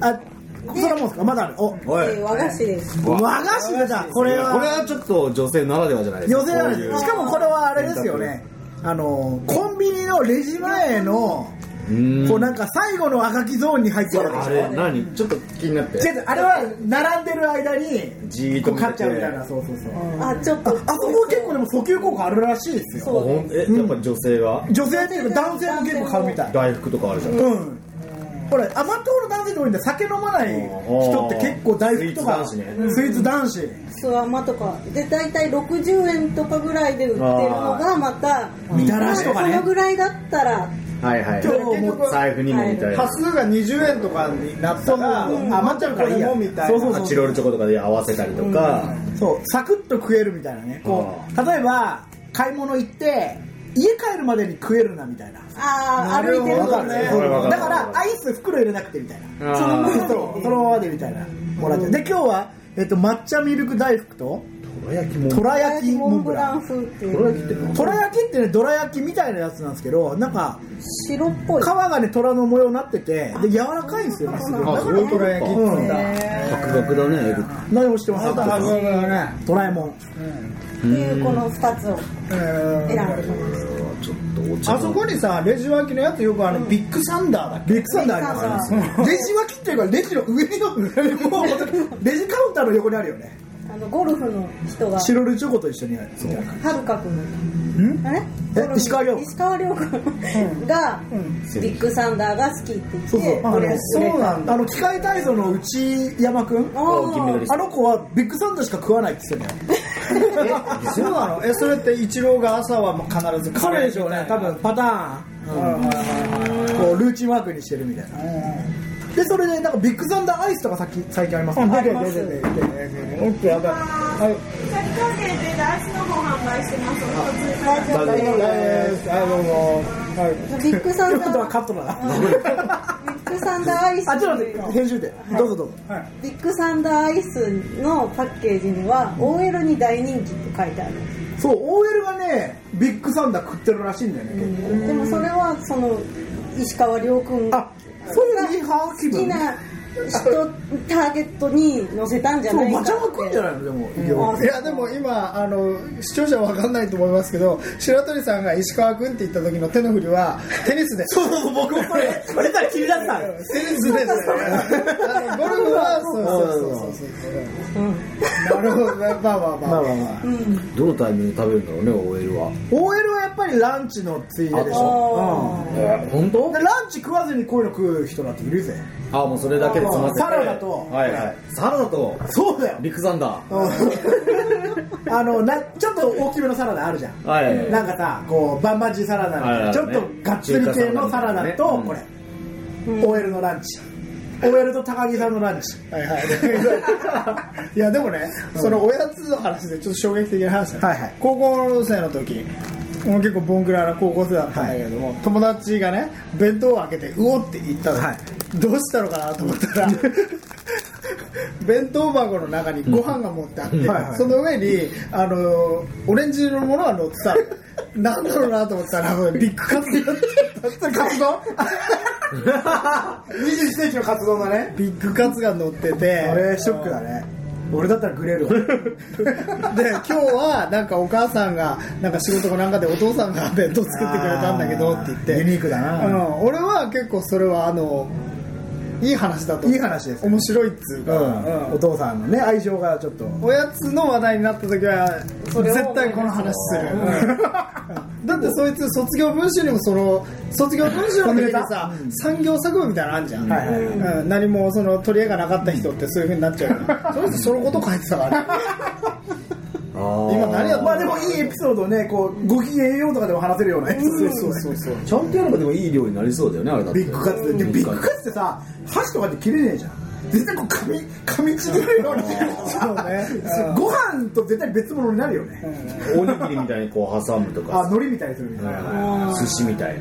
Speaker 2: あそれはもうですかまだあるお
Speaker 4: おい
Speaker 3: で和菓子です
Speaker 2: 和菓子だこれ
Speaker 4: これ
Speaker 2: は
Speaker 4: はちょっと女性ならではじゃないですか
Speaker 2: 寄せられ
Speaker 4: こう
Speaker 2: て
Speaker 4: いう
Speaker 2: るしかもこれはあれですよねあのコンビニのレジ前の
Speaker 4: うん
Speaker 2: こうなんか最後の赤きゾーンに入ってるわ
Speaker 4: あ
Speaker 2: けでし
Speaker 4: れ何ちょっと気になって
Speaker 2: ょ違うあれは並んでる間に
Speaker 4: じーっ
Speaker 2: ことう
Speaker 4: 見てて
Speaker 2: 買っちゃうみたいなそうそうそう
Speaker 3: あちょっと
Speaker 2: ああそこ結構でも訴求効果あるらしいですよ
Speaker 4: あほんえやっぱ女性が
Speaker 2: 女性っていうか男性も結構買うみたい
Speaker 4: 大福とかあるじゃん
Speaker 2: うんほら甘党の男性って多いんで酒飲まない人って結構大福とか
Speaker 4: スイーツ男子
Speaker 2: スイーツ男子
Speaker 3: スワマとかで大体60円とかぐらいで売ってるのがまた
Speaker 2: みたらしとかね
Speaker 3: このぐらいだったら
Speaker 4: はいはい
Speaker 2: 今日も
Speaker 4: 財布にもみたいな
Speaker 1: 端数が20円とかになったら、
Speaker 2: うん
Speaker 1: 余っちゃうからいいや
Speaker 2: これも
Speaker 1: み
Speaker 2: み
Speaker 1: た
Speaker 2: た
Speaker 1: いな。そ
Speaker 2: いな
Speaker 1: う
Speaker 2: そう
Speaker 1: そう
Speaker 4: あチロルチョコとかで合わせたりとか
Speaker 2: そうサクッと食えるみたいなねこう例えば買い物行って家帰るまでに食えるなみたいな
Speaker 3: あ
Speaker 1: な
Speaker 3: あ
Speaker 1: る
Speaker 3: 歩い
Speaker 1: ほ
Speaker 3: てる
Speaker 1: ど
Speaker 2: わ
Speaker 1: ね
Speaker 2: か
Speaker 3: の
Speaker 1: わ
Speaker 2: るね
Speaker 3: に
Speaker 4: かるわかる
Speaker 2: だからアイス袋入れなくてみたいなそのままそうそのままでみたいなもらってで今日は、えっと、抹茶ミルク大福と
Speaker 4: どら焼きも
Speaker 2: とら焼き
Speaker 3: モ
Speaker 2: モン
Speaker 3: ン
Speaker 2: ブ
Speaker 3: ブ
Speaker 2: ラ
Speaker 3: ラン
Speaker 2: ン
Speaker 3: 風って
Speaker 4: どら
Speaker 3: いう
Speaker 4: 焼きって
Speaker 2: とら焼きってねどら焼きみたいなやつなんですけどなんか
Speaker 3: 白っぽい
Speaker 2: 皮がね虎の模様になっててで柔らかいんですよねすごい
Speaker 4: あそういう
Speaker 1: ト
Speaker 4: ことか
Speaker 1: ラ焼きっつうんだ
Speaker 4: ガクガクだねエグ
Speaker 2: 何をしてます
Speaker 1: またハ
Speaker 2: か
Speaker 1: グがね
Speaker 2: ドラえもん
Speaker 3: っていうこの2つを
Speaker 1: うん
Speaker 3: 選んでみまし
Speaker 4: ちょっとお茶
Speaker 1: あそこにさレジ脇のやつよくあのビッグサンダーだっ
Speaker 2: レジサンダーありますレジ脇っていうかレジの上のもう本当にレジカウンターの横 (laughs) にあるよね
Speaker 3: たあのゴルフの人が
Speaker 2: チロルチョコと一緒にやるみたいな
Speaker 3: はるか君
Speaker 2: え
Speaker 3: え
Speaker 2: 石川遼
Speaker 3: 石川遼君が、ビッグサンダーが好きって言って
Speaker 2: そうそうあ
Speaker 3: これ
Speaker 2: の
Speaker 1: そうなんだ
Speaker 2: あの機械体操の内山くん
Speaker 3: あー
Speaker 4: あ銀メダリス
Speaker 2: あの子はビッグサンダーしか食わないって言ってたよ
Speaker 1: けそうなのえそれってイチローが朝はもう必ずカレー
Speaker 2: 彼でしょうね多分パターンこうルーチンワークにしてるみたいなでそれでなんかビッグサンダーアイスとかさっき最近ありますね
Speaker 1: あ出
Speaker 2: あり
Speaker 1: て
Speaker 2: ま
Speaker 1: る
Speaker 2: す
Speaker 1: 出てる出てるオッケーやばいはい大丈夫ですはいど
Speaker 3: 大丈夫大丈夫
Speaker 1: うもはい
Speaker 3: ビッグサンダ
Speaker 2: 今度は
Speaker 3: ー
Speaker 2: カットだな
Speaker 3: ビッグサンダーアイス
Speaker 2: あちょっと待って編集でどうぞどうぞ
Speaker 3: ビッグサンダーアイスのパッケージには OL に大人気って書いてある
Speaker 2: そう OL がねビッグサンダー食ってるらしいんだよね結構
Speaker 3: でもそれはその石川遼君が
Speaker 2: あそういう違反気
Speaker 3: 好き
Speaker 2: 分
Speaker 3: な人ターゲットに乗せたんじゃ
Speaker 2: そ
Speaker 3: な
Speaker 2: う
Speaker 3: いか
Speaker 2: ガ
Speaker 3: っ
Speaker 2: チャ
Speaker 3: て
Speaker 2: ン食うんじゃないのでも池尾
Speaker 1: いやでも今あの視聴者は分かんないと思いますけど白鳥さんが石川君って言った時の手の振りはテニス (laughs) です
Speaker 2: そうそうそう僕もこれこれたら気になったの
Speaker 1: テニスですあのゴルフはそうそうそうそうそうなるほどねまあまあま
Speaker 2: ま
Speaker 1: あ
Speaker 2: あまあまあ
Speaker 4: どのタイミングで食べるんだろうね OL は
Speaker 2: OL はやっぱりランチのついででしょ、
Speaker 3: あ
Speaker 4: え本
Speaker 2: う
Speaker 4: 当
Speaker 2: んでランチ食わずにこういうの食う人だっているぜ
Speaker 4: あもうそれだけで済ませて
Speaker 2: サラダと
Speaker 4: はいはいサラダと
Speaker 2: そうだよ
Speaker 4: ビッグサンダー
Speaker 2: うん (laughs) あのなちょっと大きめのサラダあるじゃん、
Speaker 4: はい
Speaker 2: なんかさこうバンバンジーサラダみたいな、
Speaker 4: はい
Speaker 2: ちょっとがっつり系のサラダと、
Speaker 4: 中華サラダみ
Speaker 2: こ
Speaker 4: たい
Speaker 2: れ
Speaker 4: なね、
Speaker 2: OL のランチ OL と高木さんのランチ
Speaker 1: はい
Speaker 2: (laughs)
Speaker 1: はい、い (laughs) やでもね、そのおやつの話でちょっと衝撃的な話、
Speaker 2: はいはい
Speaker 1: 高校生の時もう結構ボンクラな高校生だったんだけども、友達がね弁当を開けてうおって言ったの、
Speaker 2: はい
Speaker 1: どうしたのかなと思っ
Speaker 2: (laughs)
Speaker 1: たら弁当箱の中にご飯が持ってあって、
Speaker 2: はいはい
Speaker 1: その上にあのオレンジ色のものが乗って
Speaker 2: (laughs)
Speaker 1: たのなんだろうなと思ったらビッグカツだったカツ
Speaker 2: (laughs)
Speaker 1: 丼
Speaker 2: 21世紀の活動だね
Speaker 1: ビッグカツが乗ってて
Speaker 2: あれショックだね俺だったらグレるわ
Speaker 1: で今日はなんかお母さんがなんか仕事かなんかでお父さんが弁当作ってくれたんだけどって言って
Speaker 2: あーユニークだな
Speaker 1: うん、俺は結構それはあのいい話だと思う
Speaker 2: いい話ですね
Speaker 1: 面白いっつう
Speaker 2: う
Speaker 1: か、
Speaker 2: ん、
Speaker 1: うん
Speaker 2: お父さんのね愛情がちょっと
Speaker 1: おやつの話題になった時は
Speaker 3: それを
Speaker 1: 絶対この話する、うんだってそいつ卒業文集にもその卒業文集の時にさ産業作文みたいなのあるじゃん、
Speaker 2: はいはい
Speaker 1: うん、何もその取り柄がなかった人ってそういう風になっちゃう (laughs) からその人そのこと書いてたから今
Speaker 4: 今
Speaker 1: 何やってんの
Speaker 2: まあでもいいエピソードをねこうご機嫌ようとかでも話せるようなエピソード
Speaker 1: (laughs) そうそうそう
Speaker 4: ちゃんとやればでもいい料理になりそうだよねあれだって
Speaker 2: ビッグカツででビッグカツってさ箸とかで切れねえじゃん絶対こう噛み (laughs) 噛みちぎれるように
Speaker 1: そうね
Speaker 2: (laughs) そうご飯と絶対別物になるよね、
Speaker 4: おにぎりみたいにこう挟むと
Speaker 2: あ
Speaker 4: か
Speaker 2: 海苔みたいにするみたいな、
Speaker 4: はい寿司みたいな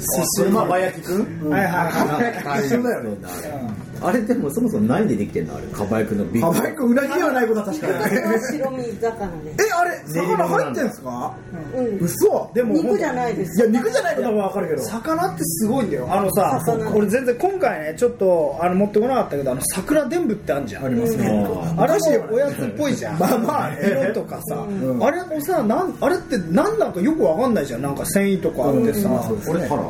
Speaker 1: 司
Speaker 4: それまあばやきくん
Speaker 1: はいはいはい
Speaker 2: 一緒だよね
Speaker 4: あれでもそもそも何でできてんのあれかばやくんのビッ
Speaker 2: あ
Speaker 4: グ
Speaker 2: マイクうなぎではないことは確かに
Speaker 3: それは白身魚で
Speaker 2: えあれ (laughs) 魚入ってんすか
Speaker 3: うん
Speaker 2: 嘘で
Speaker 3: 肉じゃないです
Speaker 2: いや肉じゃないことは分かるけど
Speaker 1: 魚ってすごいんだよあのさ
Speaker 3: 魚
Speaker 1: 俺全然今回ねちょっとあの持ってこなかったけどあの桜でんぶってあるじゃんあります
Speaker 4: ね
Speaker 1: あれもおやつっぽいじゃん (laughs) まあまあ色とかさ、あれもさなんあれって何なんかよくわかんないじゃんなんか繊維とかあってさ、
Speaker 4: これタラ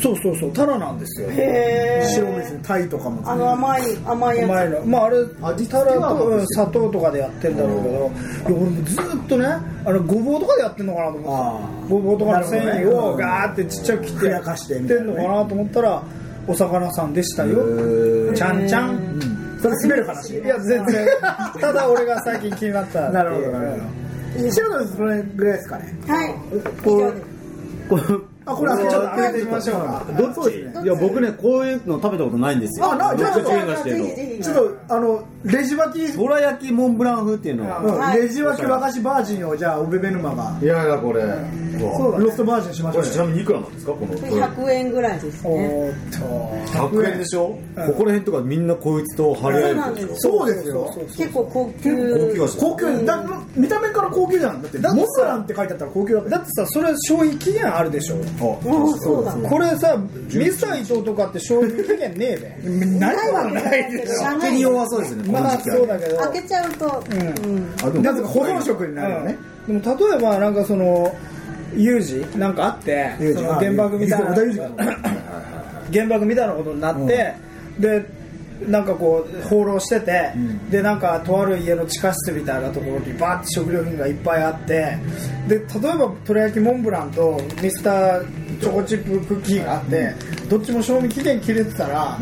Speaker 1: そうそうそうタラなんですよ
Speaker 3: へー
Speaker 2: 白飯にタイとかも
Speaker 3: あの甘い甘い
Speaker 1: お
Speaker 3: や
Speaker 1: 前のまああれ
Speaker 4: 味付け
Speaker 1: タ
Speaker 4: は
Speaker 1: ラとうん砂糖とかでやってんだろうけどいや俺もずっとねあのごぼうとかでやってんのかなと思って
Speaker 2: あー
Speaker 1: ごぼうとかの繊
Speaker 2: なる
Speaker 1: 維
Speaker 2: ほど
Speaker 1: を
Speaker 2: ね
Speaker 1: ガーってちっちゃく切って
Speaker 2: ふやかして
Speaker 1: やっ
Speaker 2: み
Speaker 1: て
Speaker 2: たい
Speaker 1: ん
Speaker 2: な
Speaker 1: の
Speaker 2: ね
Speaker 1: かなと思ったらお魚さんでしたよちゃんちゃん
Speaker 2: それ滑る話
Speaker 1: いや全
Speaker 2: (laughs)
Speaker 1: 然ただ俺が最近気になったっていう
Speaker 2: なるほどなるほど白のそれぐらいですかね
Speaker 3: つはい以
Speaker 2: こ
Speaker 3: 上で
Speaker 2: うこう
Speaker 1: あこれ開けちょっと開けてみましょうか
Speaker 4: どっ
Speaker 2: そう
Speaker 4: ち
Speaker 2: です
Speaker 3: ね
Speaker 4: いや僕ねこういうの食べたことないんですよ
Speaker 2: あな
Speaker 4: め
Speaker 2: じ
Speaker 4: っ
Speaker 2: ゃあ
Speaker 4: ちゃ注意がして
Speaker 3: ぜ
Speaker 4: る
Speaker 3: ひぜ
Speaker 4: の
Speaker 3: ひ
Speaker 2: ちょっとあのレジ巻き、うん、
Speaker 4: どら焼きモンブラン風っていうのを
Speaker 3: はい
Speaker 2: レジ巻き和菓子バージンをじゃあオベベ沼が
Speaker 4: いやいやこれ
Speaker 2: そう
Speaker 4: こ
Speaker 2: だロストバージンしましょう
Speaker 4: れちなみにいくらなんですかこの
Speaker 3: これ100円ぐらいですね
Speaker 1: おーっと
Speaker 4: 100円でしょここら辺とかみんなこいつと張り合
Speaker 3: そう
Speaker 4: える
Speaker 3: なん
Speaker 4: んで
Speaker 3: です
Speaker 4: よ
Speaker 3: す
Speaker 2: そうですよ
Speaker 3: 結構高級
Speaker 4: 高級菓子
Speaker 2: 高級だ見た目から高級じゃんだって
Speaker 1: だってさ
Speaker 2: モスランって書いてあったら高級だって
Speaker 1: だってさそれ商品期限あるでしょ
Speaker 3: うんそうだ
Speaker 1: これさミスター伊藤とかって商品期限ねえべ
Speaker 2: ないわ
Speaker 3: ないでしょ
Speaker 4: 手に弱そうですねこの
Speaker 1: まあ
Speaker 4: 時期
Speaker 1: そうだけど
Speaker 3: 開けちゃうと、うん
Speaker 4: あでも
Speaker 2: なぜか保存食になるよね、
Speaker 1: うんでも例えばなんかその有事なんかあって
Speaker 2: 有事
Speaker 1: その原爆みたい
Speaker 2: あ
Speaker 1: な
Speaker 2: 小田有事か
Speaker 1: 原爆みたいなことになって、でなんかこう放浪してて、でなんかとある家の地下室みたいなところにバーって食料品がいっぱいあってで例えばとり焼きモンブランとミスターチョコチップクッキーがあって、どっちも賞味期限切れてたら、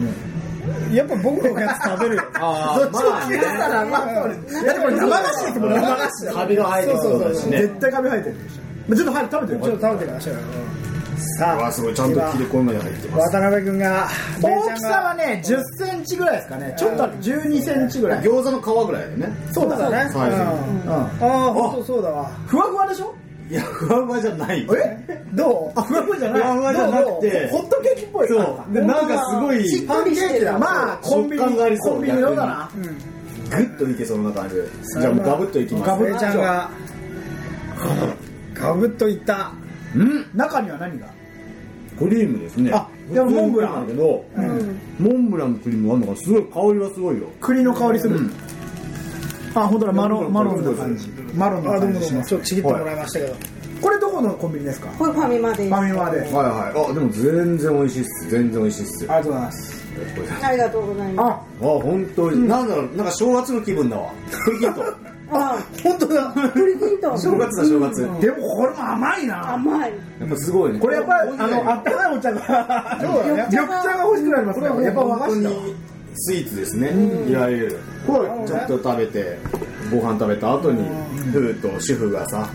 Speaker 1: やっぱ僕のおやつ食べるよ
Speaker 4: あ
Speaker 2: どっ
Speaker 4: ー
Speaker 2: ち
Speaker 4: ま
Speaker 2: も
Speaker 4: あ
Speaker 2: 切れ
Speaker 4: ね
Speaker 2: たらまあそうですだってこれ生菓子ですもん生菓子だ
Speaker 4: カビが生えてそうだしね
Speaker 2: 絶対カビ生えてるでしょちょっと早く食べて
Speaker 1: (laughs)
Speaker 2: み
Speaker 1: ちょっ
Speaker 2: よ
Speaker 1: と食べてみましょうよ、さあ
Speaker 4: わあすごいちゃんと切れ込んだに入ってます
Speaker 1: 渡辺君が
Speaker 2: 大きさはね1 0ンチぐらいですかねちょっと1 2ンチぐらい
Speaker 4: 餃子の皮ぐらいだよね
Speaker 2: そうだね
Speaker 1: ね
Speaker 4: サイズ
Speaker 1: うん
Speaker 2: うん
Speaker 1: ああ本当そうだわ
Speaker 2: ふわふわでしょ
Speaker 4: いやふわふわじゃない
Speaker 2: え
Speaker 1: どう
Speaker 2: あふわふわじゃない
Speaker 4: ふわふわじゃなくて
Speaker 2: どうどうホットケーキっぽい
Speaker 4: そうでなんかすごい
Speaker 3: しっ
Speaker 2: パ
Speaker 3: と
Speaker 2: ンケ
Speaker 3: りして
Speaker 2: ーキ
Speaker 3: る
Speaker 2: だまあコンビ
Speaker 4: 食感
Speaker 2: ニ
Speaker 4: がありそう
Speaker 2: コンビニのだな
Speaker 4: グッといけそうな感じじゃあもうガブッといきます
Speaker 1: ガブちゃんがガブッといった
Speaker 4: うん
Speaker 2: 中には何が
Speaker 4: クリームですね
Speaker 2: あでもモンブラン
Speaker 4: 普通にクリームなんだけどモンブランのクリームがあるのがすごい香りはすごいよ
Speaker 2: 栗の香りする、
Speaker 4: うん
Speaker 2: あ本当だマロンマ
Speaker 4: マ
Speaker 2: ロ
Speaker 4: ロ
Speaker 2: ン
Speaker 4: ン
Speaker 2: な
Speaker 4: な
Speaker 2: 感
Speaker 4: 感
Speaker 2: じ
Speaker 4: じ
Speaker 2: マロン
Speaker 1: あ
Speaker 2: な
Speaker 1: どう
Speaker 2: 感
Speaker 1: もど
Speaker 2: じ
Speaker 1: う
Speaker 2: し
Speaker 1: も
Speaker 2: ます
Speaker 1: ちょっとちぎってもらいましたけど、
Speaker 2: これどこのコンビニですか
Speaker 3: これファミマです
Speaker 2: ファミマで、
Speaker 4: はいはいあでも全然美味しいっす全然美味しいっす
Speaker 2: ありがとうございます
Speaker 3: ありがとうございま
Speaker 2: あ
Speaker 3: す
Speaker 4: あ本当に、なんだろうなんか正月の気分 (laughs) だわ栗きんとん
Speaker 3: あ
Speaker 2: 本当だ
Speaker 3: 栗きんとん
Speaker 4: 正月だ正月や
Speaker 2: でもこれも甘いな
Speaker 3: 甘い
Speaker 4: っぱすごいね
Speaker 2: これやっぱりあのあ
Speaker 4: あ
Speaker 2: ったかいお茶が
Speaker 1: そうだね
Speaker 2: 緑茶が欲しくなりますねやっぱ和
Speaker 4: 本
Speaker 2: 菓
Speaker 4: 当
Speaker 2: 子だ
Speaker 4: にスイーツですね、いわゆるこれちょっと食べてご飯食べた後に夫婦と主婦がさ、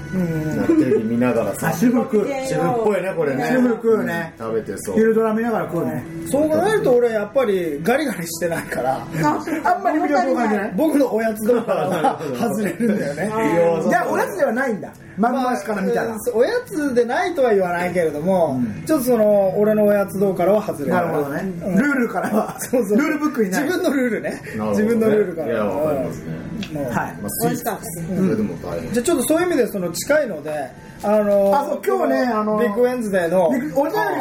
Speaker 4: なんかテレビ見ながらさ
Speaker 2: あ主婦食う
Speaker 4: 主婦っぽいねこれね
Speaker 2: 主婦食うね
Speaker 4: 食べてそう
Speaker 2: 昼ドラ見ながら食うね
Speaker 1: そう考えると俺やっぱりガリガリしてないから
Speaker 2: あんまり魅力を感じない
Speaker 1: 僕のおやつどころ (laughs) からは外れるんだよね
Speaker 4: 餃子
Speaker 2: じゃあおやつではないんだまんましから見たら、
Speaker 1: うんおやつでないとは言わないけれども、ちょっとその俺のおやつどうからは外れる
Speaker 2: なるほどね、
Speaker 1: うん
Speaker 2: ルールからは
Speaker 1: そうそう
Speaker 2: ルールブックにない
Speaker 1: 自分のルールね
Speaker 4: なるほどね
Speaker 1: 自分のルールから
Speaker 4: いやわかりますね、
Speaker 1: もう
Speaker 2: はい
Speaker 4: まあ、ス
Speaker 3: 美
Speaker 4: イーツ
Speaker 3: 味しかったです
Speaker 4: それでも大変
Speaker 1: じゃあちょっとそういう意味でその近いのであの
Speaker 2: あそう今日ねあの
Speaker 1: ビッグウェンズデーの
Speaker 2: でお便り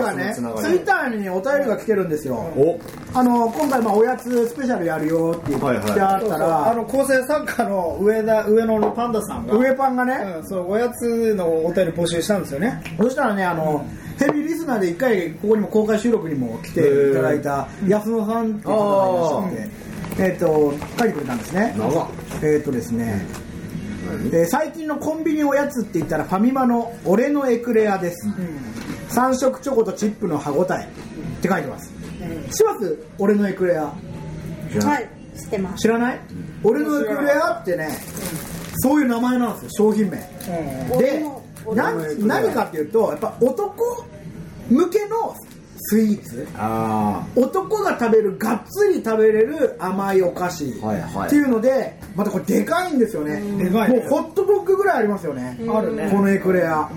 Speaker 2: がね
Speaker 4: あー
Speaker 2: ツ
Speaker 4: そ
Speaker 2: イ
Speaker 4: のつながり
Speaker 2: ッターにお便りが来てるんですよ、
Speaker 4: お
Speaker 2: あの今回まあおやつスペシャルやるよって言って
Speaker 4: はいはい
Speaker 2: あっ
Speaker 1: そうそ
Speaker 2: た
Speaker 1: うあ
Speaker 2: ら
Speaker 1: の構成作家の上田上野のパンダさんが、
Speaker 2: 上パンがね、
Speaker 1: うん、そうおやつのお便り募集したんですよね
Speaker 2: そしたらねあの、ヘビーリスナーで一回ここにも公開収録にも来ていただいた安野さんっていう方がいらっしゃって、えっと書いてくれたんですね
Speaker 4: 長っ
Speaker 2: えっとですね、えー最近のコンビニおやつって言ったらファミマの「俺のエクレア」です、三色チョコとチップの歯ごたえって書いてますします俺のエクレア
Speaker 3: はい知ってます
Speaker 2: 知らない俺のエクレアってねそういう名前なんですよ商品名
Speaker 1: う
Speaker 2: で
Speaker 3: 俺の俺
Speaker 2: な
Speaker 3: の
Speaker 2: ん何かっていうとやっぱ男向けのスイーツ
Speaker 4: あ
Speaker 2: 男が食べるがっつり食べれる甘いお菓子
Speaker 4: はいはい
Speaker 2: っていうのでまたこれでかいんですよね
Speaker 1: でかいね
Speaker 2: もうホットドッグぐらいありますよね
Speaker 1: んあるね
Speaker 2: このエクレア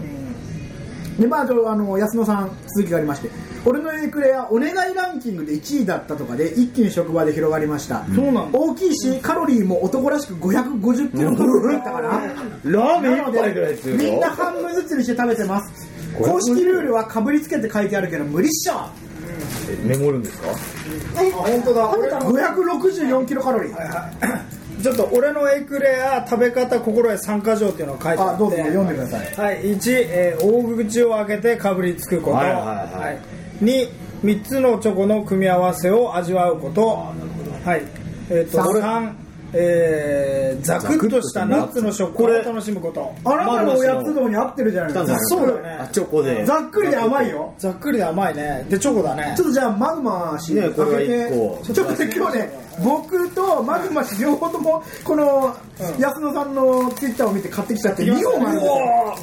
Speaker 2: でまあ、あとあの安野さん続きがありまして俺のエクレアお願いランキングで1位だったとかで一気に職場で広がりました
Speaker 1: そうなんだ
Speaker 2: 大きいしカロリーも男らしく550キロカロリーだったかな
Speaker 4: あラーメン
Speaker 2: なの
Speaker 4: 一杯ぐらいです
Speaker 2: で
Speaker 4: よ
Speaker 2: みんな半分ずつにして食べてます公式ルールはかぶりつけて書いてあるけど無理っしょ
Speaker 4: えメモるんですか
Speaker 3: え
Speaker 1: 本当だ
Speaker 3: 食べたの
Speaker 2: 564キロカロリー
Speaker 1: ちょっと俺のエクレア食べ方心得3か条っていうのを書いてあ
Speaker 2: あ
Speaker 1: って
Speaker 2: どうぞ読んでください
Speaker 1: はい、1、えー大口を開けてかぶりつくこと、
Speaker 4: はいはいはい
Speaker 1: 2、3つのチョコの組み合わせを味わうこと、はいえー、と
Speaker 2: 三
Speaker 1: 3, えー、ザクッとしたナッツの食感を楽しむこと
Speaker 2: あなたのおやつ道に合ってるじゃないですか
Speaker 1: そうだね
Speaker 4: あチョコで
Speaker 2: ざっくりで甘いよ
Speaker 1: ざっくりで甘いねでチョコだね
Speaker 2: ちょっとじゃあマグマ氏
Speaker 4: ね
Speaker 2: 開
Speaker 4: えこれは
Speaker 2: けて
Speaker 4: 一個
Speaker 2: ちょっとね今日ね僕とマグマ氏両方ともこの安野さんのツイッターを見て買ってきちゃって2本あるんですよ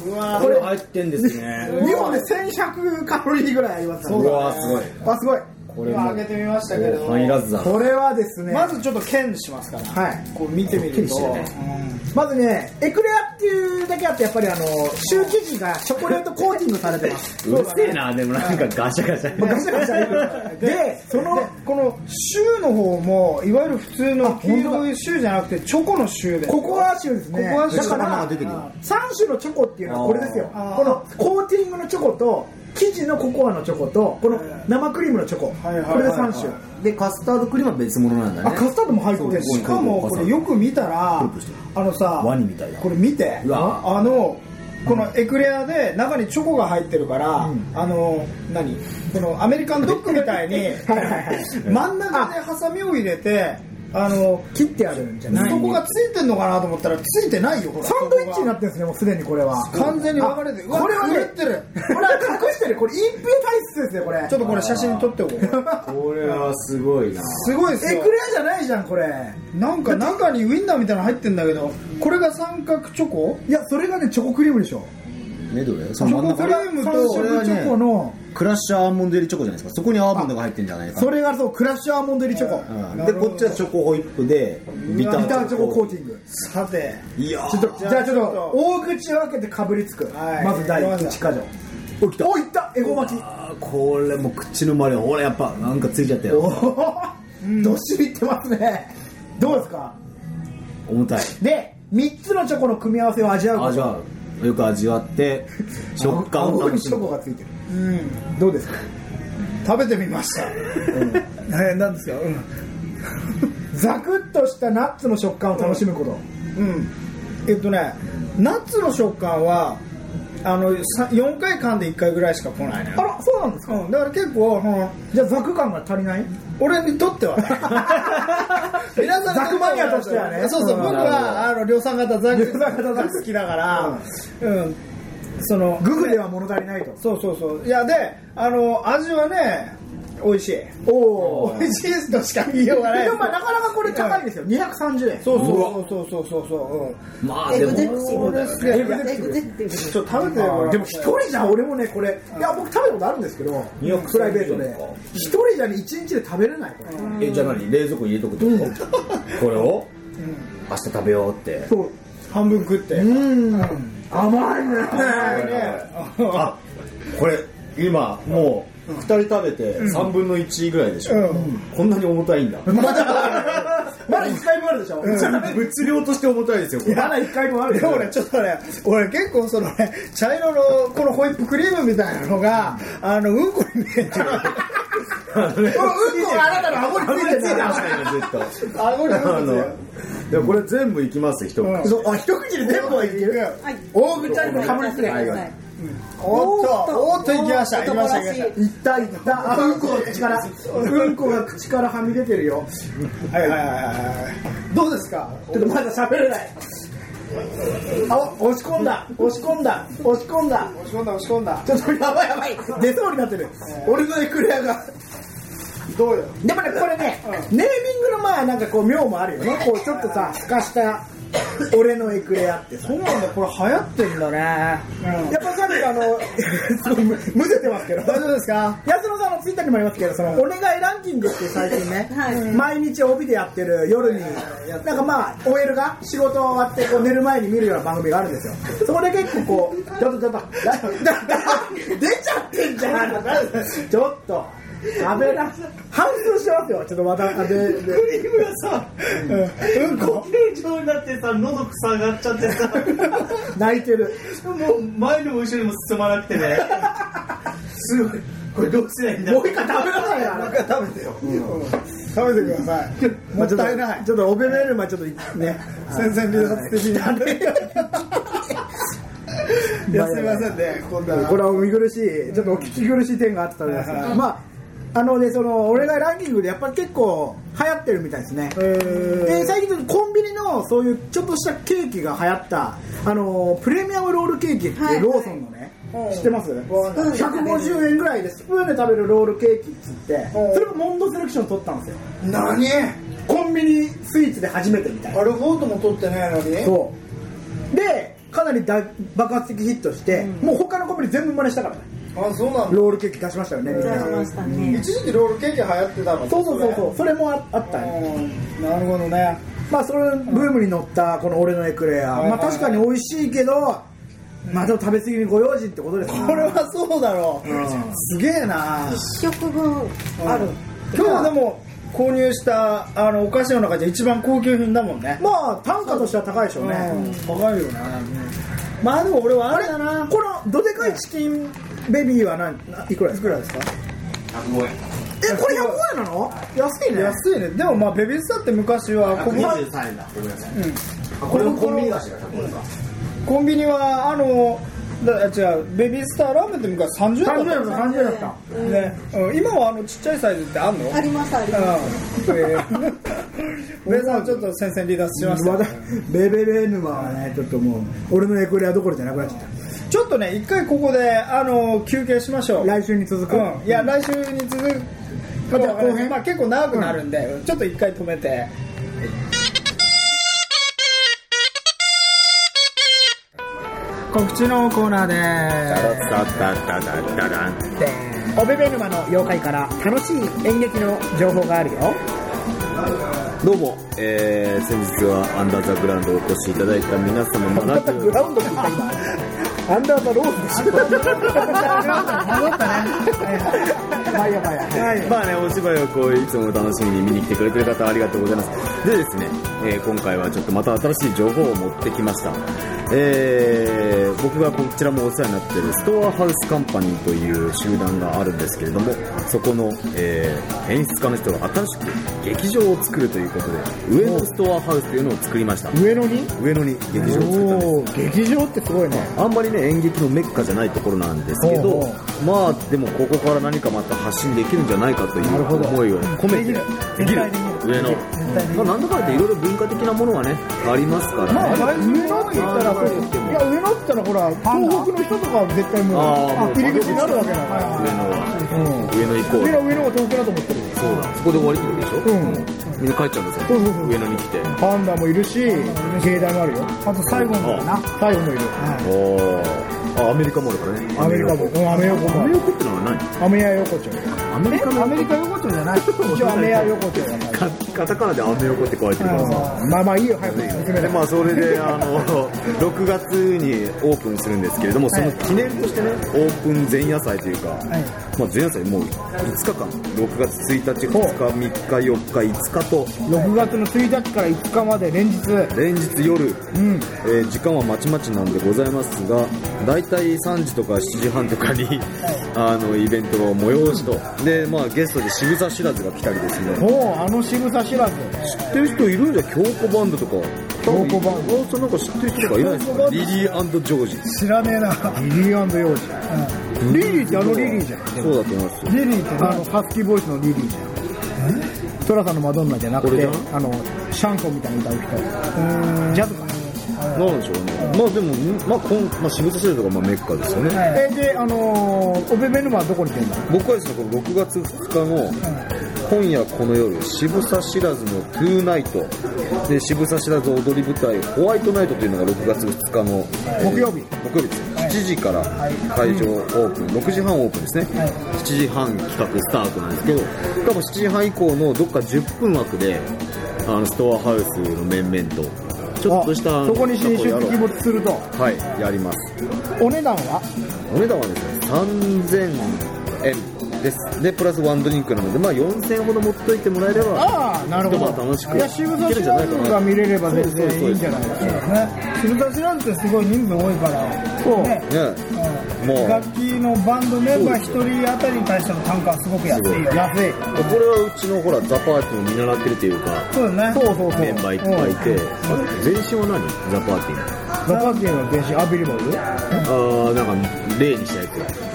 Speaker 1: うわ
Speaker 4: これ入ってんですね
Speaker 2: 2本で1100カロリーぐらいありますから
Speaker 4: うわすごい
Speaker 2: あすごい
Speaker 4: これ
Speaker 1: 今
Speaker 4: も
Speaker 1: 開けてみましたけれど
Speaker 4: 入らずだ
Speaker 2: これはですね
Speaker 1: まずちょっと剣しますから
Speaker 2: はい
Speaker 1: こう見てみると、
Speaker 2: まずねエクレアっていうだけあってやっぱりあのシュー生地がチョコレートコーティングされてま
Speaker 1: (laughs)
Speaker 2: す
Speaker 4: うるせえなでもなんかガシャガシ
Speaker 2: まあ
Speaker 4: ャ
Speaker 2: ガシャガシャ
Speaker 1: で
Speaker 2: で
Speaker 1: そのこのシューの方もいわゆる普通の黄色いシューじゃなくてチョコのシューで
Speaker 2: ココア臭ですね
Speaker 1: ココア臭
Speaker 2: だか
Speaker 1: あ
Speaker 2: ら
Speaker 1: 出てくる
Speaker 2: 3種のチョコっていうのはこれですよ
Speaker 1: あー
Speaker 2: このコーティングのチョコと生地のココアのチョコとこの生クリームのチョコ
Speaker 1: はいはいはいはい
Speaker 2: これで3種
Speaker 4: でカスタードクリームは別物なんだ
Speaker 2: あカスタードも入ってる
Speaker 1: でしかもこれよく見たらあのさ
Speaker 4: ワニみたいだ
Speaker 1: これ見て
Speaker 4: うわ
Speaker 1: あのこのエクレアで中にチョコが入ってるから、あの何このアメリカンドッグみたい
Speaker 2: (laughs)
Speaker 1: に真ん中でハサミを入れてあの
Speaker 2: 切ってあるんじゃない
Speaker 1: そこがついてんのかなと思ったらついてないよほら
Speaker 2: サンドイッチになってるんですねもうすでにこれは
Speaker 1: 完全に分かれてるうわ
Speaker 2: これはね
Speaker 1: 狂ってる
Speaker 2: これは隠してるこれ隠蔽体質ですねこれ
Speaker 1: ちょっとこれ写真撮ってお
Speaker 2: (laughs)
Speaker 1: こう
Speaker 4: これはすごいな
Speaker 1: すごいです
Speaker 2: エ
Speaker 1: よ
Speaker 2: クレアじゃないじゃんこれ
Speaker 1: なんか中にウインナーみたいなの入ってんだけどこれが三角チョコ
Speaker 2: いやそれがねチョコクリームでしょ
Speaker 4: ねどれ
Speaker 1: その真ん中
Speaker 2: クリームと
Speaker 1: それ
Speaker 2: 3色チョコの
Speaker 4: クラッシュアーモンド入りチョコじゃないですかそこにアーモンドが入ってるんじゃないか
Speaker 2: それがそうクラッシュアーモンド入りチョコ
Speaker 4: うんでこっちはチョコホイップでビタ
Speaker 2: ビター
Speaker 4: ー
Speaker 2: チ
Speaker 4: チ
Speaker 2: ョ
Speaker 4: ョ
Speaker 2: コ
Speaker 4: コ
Speaker 2: コ
Speaker 4: コ
Speaker 2: ー
Speaker 4: ー
Speaker 2: ティング
Speaker 1: さて
Speaker 4: ティングいや
Speaker 2: ちょっと
Speaker 1: じゃあ
Speaker 2: じゃあちょっ
Speaker 1: ちょっと
Speaker 2: と大口を開けてかぶりつく、
Speaker 1: はい
Speaker 2: まず第
Speaker 1: 行きま
Speaker 2: 一
Speaker 1: し
Speaker 2: か条
Speaker 4: おきた
Speaker 2: おいったエゴ巻き
Speaker 4: あーこれもう口の周りほらやっぱなんかついちゃった
Speaker 2: お
Speaker 4: よ
Speaker 2: お (laughs) どっしりいってますねどうですか
Speaker 4: 重たい
Speaker 2: で3つのチョコの組み合わせを味わうこと
Speaker 4: 味わうよく味わって食感を
Speaker 2: 顎
Speaker 4: 楽
Speaker 2: にチ
Speaker 4: しむ
Speaker 2: ョコがついてる
Speaker 1: うん
Speaker 2: どうですか
Speaker 1: 食べてみま
Speaker 2: (laughs)
Speaker 1: した、えなんですか (laughs)
Speaker 2: ザクッとしたナッツの食感を楽しむこと、
Speaker 1: うん、うん、えっとねナッツの食感はあのさ4回噛んで1回ぐらいしか来ないね
Speaker 2: あらそうなんですか、
Speaker 1: うん、だから結構、うん
Speaker 2: じゃあザク感が足りない
Speaker 1: 俺にとって (laughs) はね皆さんにとっては
Speaker 2: ザクマニアとしてはね
Speaker 1: そうそう
Speaker 2: うん
Speaker 1: 僕はあの量産型ザク
Speaker 2: 量産型ザク
Speaker 1: 好きだからうんその
Speaker 2: ググでは物足りないと
Speaker 1: そうそうそういやであの味はね美味しい
Speaker 2: おお
Speaker 1: 美味しいとしか言いようがない
Speaker 2: でもまあなかなかこれ高いですよ230円
Speaker 1: そうそうそうそうそうそう、
Speaker 4: まあ
Speaker 3: エ
Speaker 4: で
Speaker 3: グ
Speaker 4: も
Speaker 3: ゼクティ
Speaker 4: こ
Speaker 3: ブ
Speaker 4: れ
Speaker 3: です
Speaker 1: ね
Speaker 3: エグゼクティブ
Speaker 1: うん、ちょっと食べてよほら
Speaker 2: でも一人じゃ俺もねこれいや僕食べたことあるんですけど
Speaker 4: 二百
Speaker 2: プライベート
Speaker 4: 三十
Speaker 2: で
Speaker 4: 円か
Speaker 2: 一人じゃね一日で食べれないこれ
Speaker 4: えじゃあ何冷蔵庫に入れとくってことこれを明日食べようって
Speaker 2: そう
Speaker 1: 半分食って、
Speaker 2: うーん甘いね
Speaker 4: あこれ今もう2人食べて3分の1ぐらいでしょ、
Speaker 1: うん
Speaker 4: こんなに重たいんだ、
Speaker 2: まだまだ1回分あるでしょ
Speaker 4: (laughs) 物量として重たいですよこ
Speaker 2: まだ1回分あるで
Speaker 1: で
Speaker 2: しょ
Speaker 1: もねちょっとね俺結構そのね茶色のこのホイップクリームみたいなのがあのうんこに見 (laughs) えてる
Speaker 4: れ
Speaker 2: このうんこがあなたの顎についてるんだよ
Speaker 4: 確かにずっと
Speaker 1: あこれ
Speaker 4: あ
Speaker 1: うんこですよ
Speaker 4: のでもこれ全部いきます一口、
Speaker 1: うん
Speaker 2: そうあ一口で全部はいける
Speaker 3: はい
Speaker 2: 大口ありのかぶりつけ
Speaker 3: はいいはい
Speaker 1: おっとおっといきましたいきましたいきまし
Speaker 2: いったいったあうんこが口からうんこが口からはみ出てるよ
Speaker 1: たはいはいはいはいどうですか
Speaker 2: ちょっとまだ喋れない。あ、押し込んだ、押し込んだ、押し込んだ。
Speaker 1: 押し込んだ押し込んだ
Speaker 2: ちょっとやばいやばい、出そうになってる。俺のエクレアが。
Speaker 1: どうよ
Speaker 2: でもね、これね、ネーミングのまあ、なんかこう妙もあるよね。こうちょっとさ、透かした。俺のエクレアってさ。
Speaker 1: そうなんだこれ流行ってんだね、
Speaker 2: やっぱさっきあの、 (laughs) すごいむむせてますけど。
Speaker 1: 大丈夫ですか
Speaker 2: 安野さんのツイッターにもありますけど、そのお願いランキングっていう最近
Speaker 5: (laughs)
Speaker 2: ね、
Speaker 3: はい
Speaker 2: 毎日帯でやってる夜に、なんかまあ、OL が仕事終わってこう寝る前に見るような番組があるんですよ。そこで結構こう、ちょっとちょっと、 (laughs) だだだ出ちゃってんじゃんちょっと、食べな、反応してますよ、ちょっとまた、で、で
Speaker 5: クリームがさ、うんこ切れる状になってさ、喉塞がっちゃってさ、
Speaker 2: (laughs) 泣いてる。
Speaker 5: もう前にも後ろにも進まなくてね、すごい、これどうすりゃいいんだ
Speaker 2: もう一回食べなさいよ、あれ
Speaker 1: なんか食べてよ、食べてくださいも
Speaker 2: まあ
Speaker 1: っ
Speaker 2: ちょ
Speaker 1: たいない
Speaker 2: っと、ちょっとオペラルマちょっとね、
Speaker 1: 先々離脱的にいやすいませんねこんな
Speaker 2: これはお見苦しい、ちょっとお聞き苦しい点があったんですが、まあ、あのね、その、俺がランキングでやっぱり結構流行ってるみたいですね。
Speaker 1: えー
Speaker 2: で、最近ちょっとコンビニのそういうちょっとしたケーキが流行ったあのプレミアムロールケーキって
Speaker 3: はい
Speaker 2: ローソンのね、
Speaker 1: うん
Speaker 2: 知ってます
Speaker 1: わか
Speaker 3: んない
Speaker 2: 150円ぐらいでスプーンで食べるロールケーキっつって
Speaker 1: うん
Speaker 2: それをモンドセレクション取ったんですよ
Speaker 1: 何
Speaker 2: コンビニスイーツで初めてみたいな
Speaker 1: あれフォートも取ってないのに
Speaker 2: そうでかなり大爆発的ヒットして、もう他のコンビニ全部真似したからね
Speaker 1: あそうなんだ
Speaker 2: ロールケーキ出しましたよねみん
Speaker 3: 出
Speaker 2: な
Speaker 3: しましたね
Speaker 1: 一時期ロールケーキ流行ってたの
Speaker 2: そうそうそうそうそれもああったね
Speaker 1: うんなるほどね
Speaker 2: まあそれブームに乗ったこの俺のエクレア、
Speaker 1: はいはい
Speaker 2: まあ確かに美味しいけどまあでも食べ過ぎにご用心ってことですね
Speaker 1: これはそうだろう、すげえな
Speaker 3: 一食分ある
Speaker 1: 今日でも購入したあのお菓子の中で一番高級品だもんね
Speaker 2: まあ単価としては高いでしょうね、
Speaker 1: 高いよね
Speaker 2: まあでも俺はあれだなこのどでかいチキンベビーは何いくらですかですか
Speaker 5: 105円
Speaker 2: えこれ100円なの安いね
Speaker 1: 安いねでもまあベビースターって昔はここ
Speaker 4: 123円だごめんなさい、あこれもコンビニ菓子だこれか
Speaker 1: コンビニはあのだ違うベビースターラーメンって昔30円だった
Speaker 2: 30円だ30円だった
Speaker 1: ね、うん、今はあのちっちゃいサイズってあんの
Speaker 3: ありますあります
Speaker 1: うんえ
Speaker 2: (laughs)
Speaker 1: ー上さんちょっと先生離脱しました
Speaker 2: ま
Speaker 1: ね、
Speaker 2: だベベベ沼はねちょっともう俺のエクレアどころじゃなくなっちゃっ
Speaker 1: ちょっとね一回ここであの休憩しましょ
Speaker 2: た
Speaker 1: う
Speaker 2: 来週に続く、
Speaker 1: うん、いや来週に続く
Speaker 2: あじゃあ後編
Speaker 1: まあ、結構長くなるんで、ちょっと一回止めて告知のコーナーで
Speaker 2: オベベ沼の妖怪から楽しい演劇の情報があるよ
Speaker 4: どうも、えー、先日はアンダーザグラウンドお越しいただいた皆様の
Speaker 2: また
Speaker 4: 中
Speaker 2: グラウンドって言った今アンダーザローズでしょ戻ったねまあいいやまあいいや
Speaker 4: まあね、お芝居をこういつも楽しみに見に来てくれてる方ありがとうございます。でですね、えー今回はちょっとまた新しい情報を持ってきました。えー僕がこちらもお世話になっているストアハウスカンパニーという集団があるんですけれども、そこの、えー演出家の人が新しく劇場を作るということで、上野ストアハウスというのを作りました。
Speaker 2: 上野に
Speaker 4: 上野に劇場を作ったんです。
Speaker 2: おー劇場ってすごいね
Speaker 4: あんまりね演劇のメッカじゃないところなんです
Speaker 2: お
Speaker 4: け
Speaker 2: うお
Speaker 4: ど
Speaker 2: う
Speaker 4: まあでもここから何かまた発信できるんじゃないかという思いを込めてできる上のまあなんだかんだっていろいろ文化的なものはねありますからね
Speaker 2: 上野って言ったらそういや上野って言ったらほら東北の人とかは絶対もう
Speaker 4: あーもう
Speaker 2: 入り口になるわけだか
Speaker 4: 上
Speaker 2: ら
Speaker 4: 野は
Speaker 2: うん
Speaker 4: 上野行こう
Speaker 2: 上
Speaker 4: よ
Speaker 2: 野上野が東北だと思ってる
Speaker 4: そうだそこで終わりってことで
Speaker 2: う
Speaker 4: しょ、
Speaker 2: ん
Speaker 4: みんな帰っちゃうんです
Speaker 2: そう
Speaker 4: よ
Speaker 2: そうそう
Speaker 4: 上野に来て
Speaker 2: パンダもいるし芸大もあるよあと最後
Speaker 4: もだな
Speaker 2: 最後もいる
Speaker 4: おーあアメリカもあるからね
Speaker 2: アメリカもうんアメ横
Speaker 4: ア
Speaker 2: もあ
Speaker 4: メ
Speaker 2: る
Speaker 4: 横ってのは何
Speaker 2: アメヤ横丁
Speaker 4: アメリカの
Speaker 2: アメリカ横丁じゃない一応アメヤ横丁じゃない
Speaker 4: カカタカナでアメ横って書いてるからさ
Speaker 2: まあまあいいよ早く進め
Speaker 4: で
Speaker 2: て
Speaker 4: まあそれであの (laughs) 6月にオープンするんですけれどもその記念としてねオープン前夜祭というか、まあ、前夜祭もう5日間6月1日2日3日4日5日と
Speaker 2: 6月の1日から5日まで連日
Speaker 4: 連日夜、
Speaker 2: うん
Speaker 4: えー時間はまちまちなんでございますが大体3時とか7時半とかにあのイベントを催しとでまあゲストで渋沢知らずが来たりですね
Speaker 2: もうあの渋沢知らず
Speaker 4: 知ってる人いるんじゃ京子バンドとか
Speaker 2: 京子バンド
Speaker 4: ドなんか知ってる人とかいないですかリリージョージ
Speaker 1: す知らねえな
Speaker 2: リリー幼児リリーってあのリリーじゃん
Speaker 4: そうだと思いますよ
Speaker 2: リリーってあのハスキーボイスのリリーじゃんトラさんのマドンナじゃなく
Speaker 4: これ
Speaker 2: て
Speaker 4: じ
Speaker 2: あのシャンコみたいに歌う人ジャズか
Speaker 4: なんでしょうねまあでもまあこん、まあ、渋谷市とかまあメッカですよね、
Speaker 2: えであのー、オベベヌマはどこに出るの
Speaker 4: 僕はですねこの6月2日の、今夜この夜渋沢知らずの「トゥーナイト」で渋沢知らず踊り舞台「ホワイトナイト」というのが6月2日の、えー
Speaker 2: 木曜日
Speaker 4: 木曜日ですね7時から会場オープン、6時半オープンですね、7時半企画スタートなんですけど多分7時半以降のどっか10分枠であのストアハウスの面々とちょっとした
Speaker 2: あそこに新
Speaker 4: や
Speaker 2: 出
Speaker 4: ろう
Speaker 2: 鬼没すると
Speaker 4: はいやります
Speaker 2: お値段は
Speaker 4: お値段はですね3000円ですでプラスワンドリンクなので、まあ、4000円ほど持っといてもらえれば
Speaker 2: ああなるほ
Speaker 4: 一晩
Speaker 2: ど
Speaker 4: 楽しく
Speaker 2: いや渋沢知らずが見れれば全然いいんじゃないですか
Speaker 1: ね渋沢知らずってすごい人数多いから
Speaker 2: そう
Speaker 1: ね
Speaker 4: ねもう
Speaker 1: 楽器のバンドメンバー1人あたりに対しての単価はすごく安いよね
Speaker 2: 安い
Speaker 4: これはうちのほらザ・パーティーを見習ってるというか
Speaker 1: そうだね
Speaker 2: そうそうそう
Speaker 4: メンバーいっぱいいて前身は何ザ・パーティーの
Speaker 2: ザパティの電子アビリバル
Speaker 4: あーなんか例にしたやつ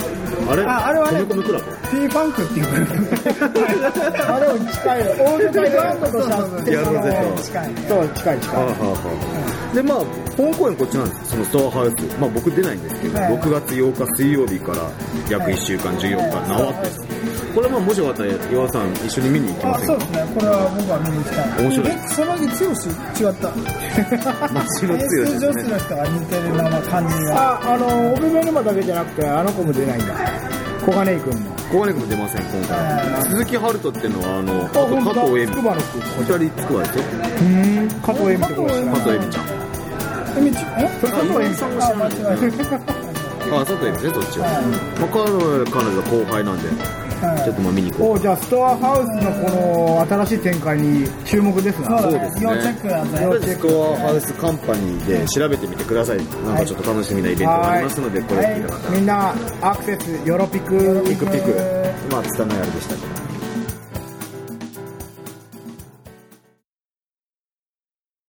Speaker 4: あれ
Speaker 1: ああれはね
Speaker 4: 米米クラブ
Speaker 1: P ファンクっていうグループあれも近いよオールドバンドとしては
Speaker 4: やるぜと
Speaker 1: 近いね
Speaker 2: そう近い
Speaker 4: は
Speaker 2: 近
Speaker 4: あ
Speaker 2: い
Speaker 4: はあはあでまあ本公演こっちなんですそのストアハウスまあ僕出ないんですけど
Speaker 1: はい
Speaker 4: 6月8日水曜日から約1週間14日縄ですこれまあもしよかったら岩尾さん一緒に見に行きま
Speaker 1: あ
Speaker 4: せん
Speaker 1: そう
Speaker 4: か
Speaker 1: ですねこれは僕は見に行きたい
Speaker 4: 面白
Speaker 2: (laughs)
Speaker 4: い
Speaker 1: えその時剛違った
Speaker 4: 松島剛ですね
Speaker 1: 演出女子の人が似てるな感じが
Speaker 2: ああの帯ベ沼だけじゃなくてあの子も出ないんだ小金井君も
Speaker 4: 小金君も出ません今
Speaker 1: は
Speaker 4: 回鈴木春人っていうのはあのあと
Speaker 2: 本当だ
Speaker 4: 加藤恵美
Speaker 2: 筑波の子
Speaker 4: 2人つくわでしょ
Speaker 2: うん加藤恵美って子
Speaker 1: 加藤恵美
Speaker 4: 加藤恵美ちゃん
Speaker 1: えみちえ
Speaker 2: それ加藤恵美さんも知らない
Speaker 1: あ間違えた
Speaker 4: あ佐藤恵美ですねどっちは
Speaker 1: はい
Speaker 4: まあ彼女彼女が後輩なんで
Speaker 1: はい
Speaker 4: ちょっとまあ見に行こ
Speaker 2: おじゃあストアハウスのこの新しい展開に注目ですな
Speaker 1: そう
Speaker 4: う
Speaker 1: だ
Speaker 4: です
Speaker 1: ね
Speaker 4: ね
Speaker 1: 要チェックだ
Speaker 4: うとりあえ
Speaker 1: ね
Speaker 4: ずスコアハウスカンパニーで調べてみてくださいなんかちょっと楽しみなイベントがありますのでこれ聞いた方
Speaker 2: はいみんなアクセスよろぴく
Speaker 4: ピクピクまあ拙いあれでしたけど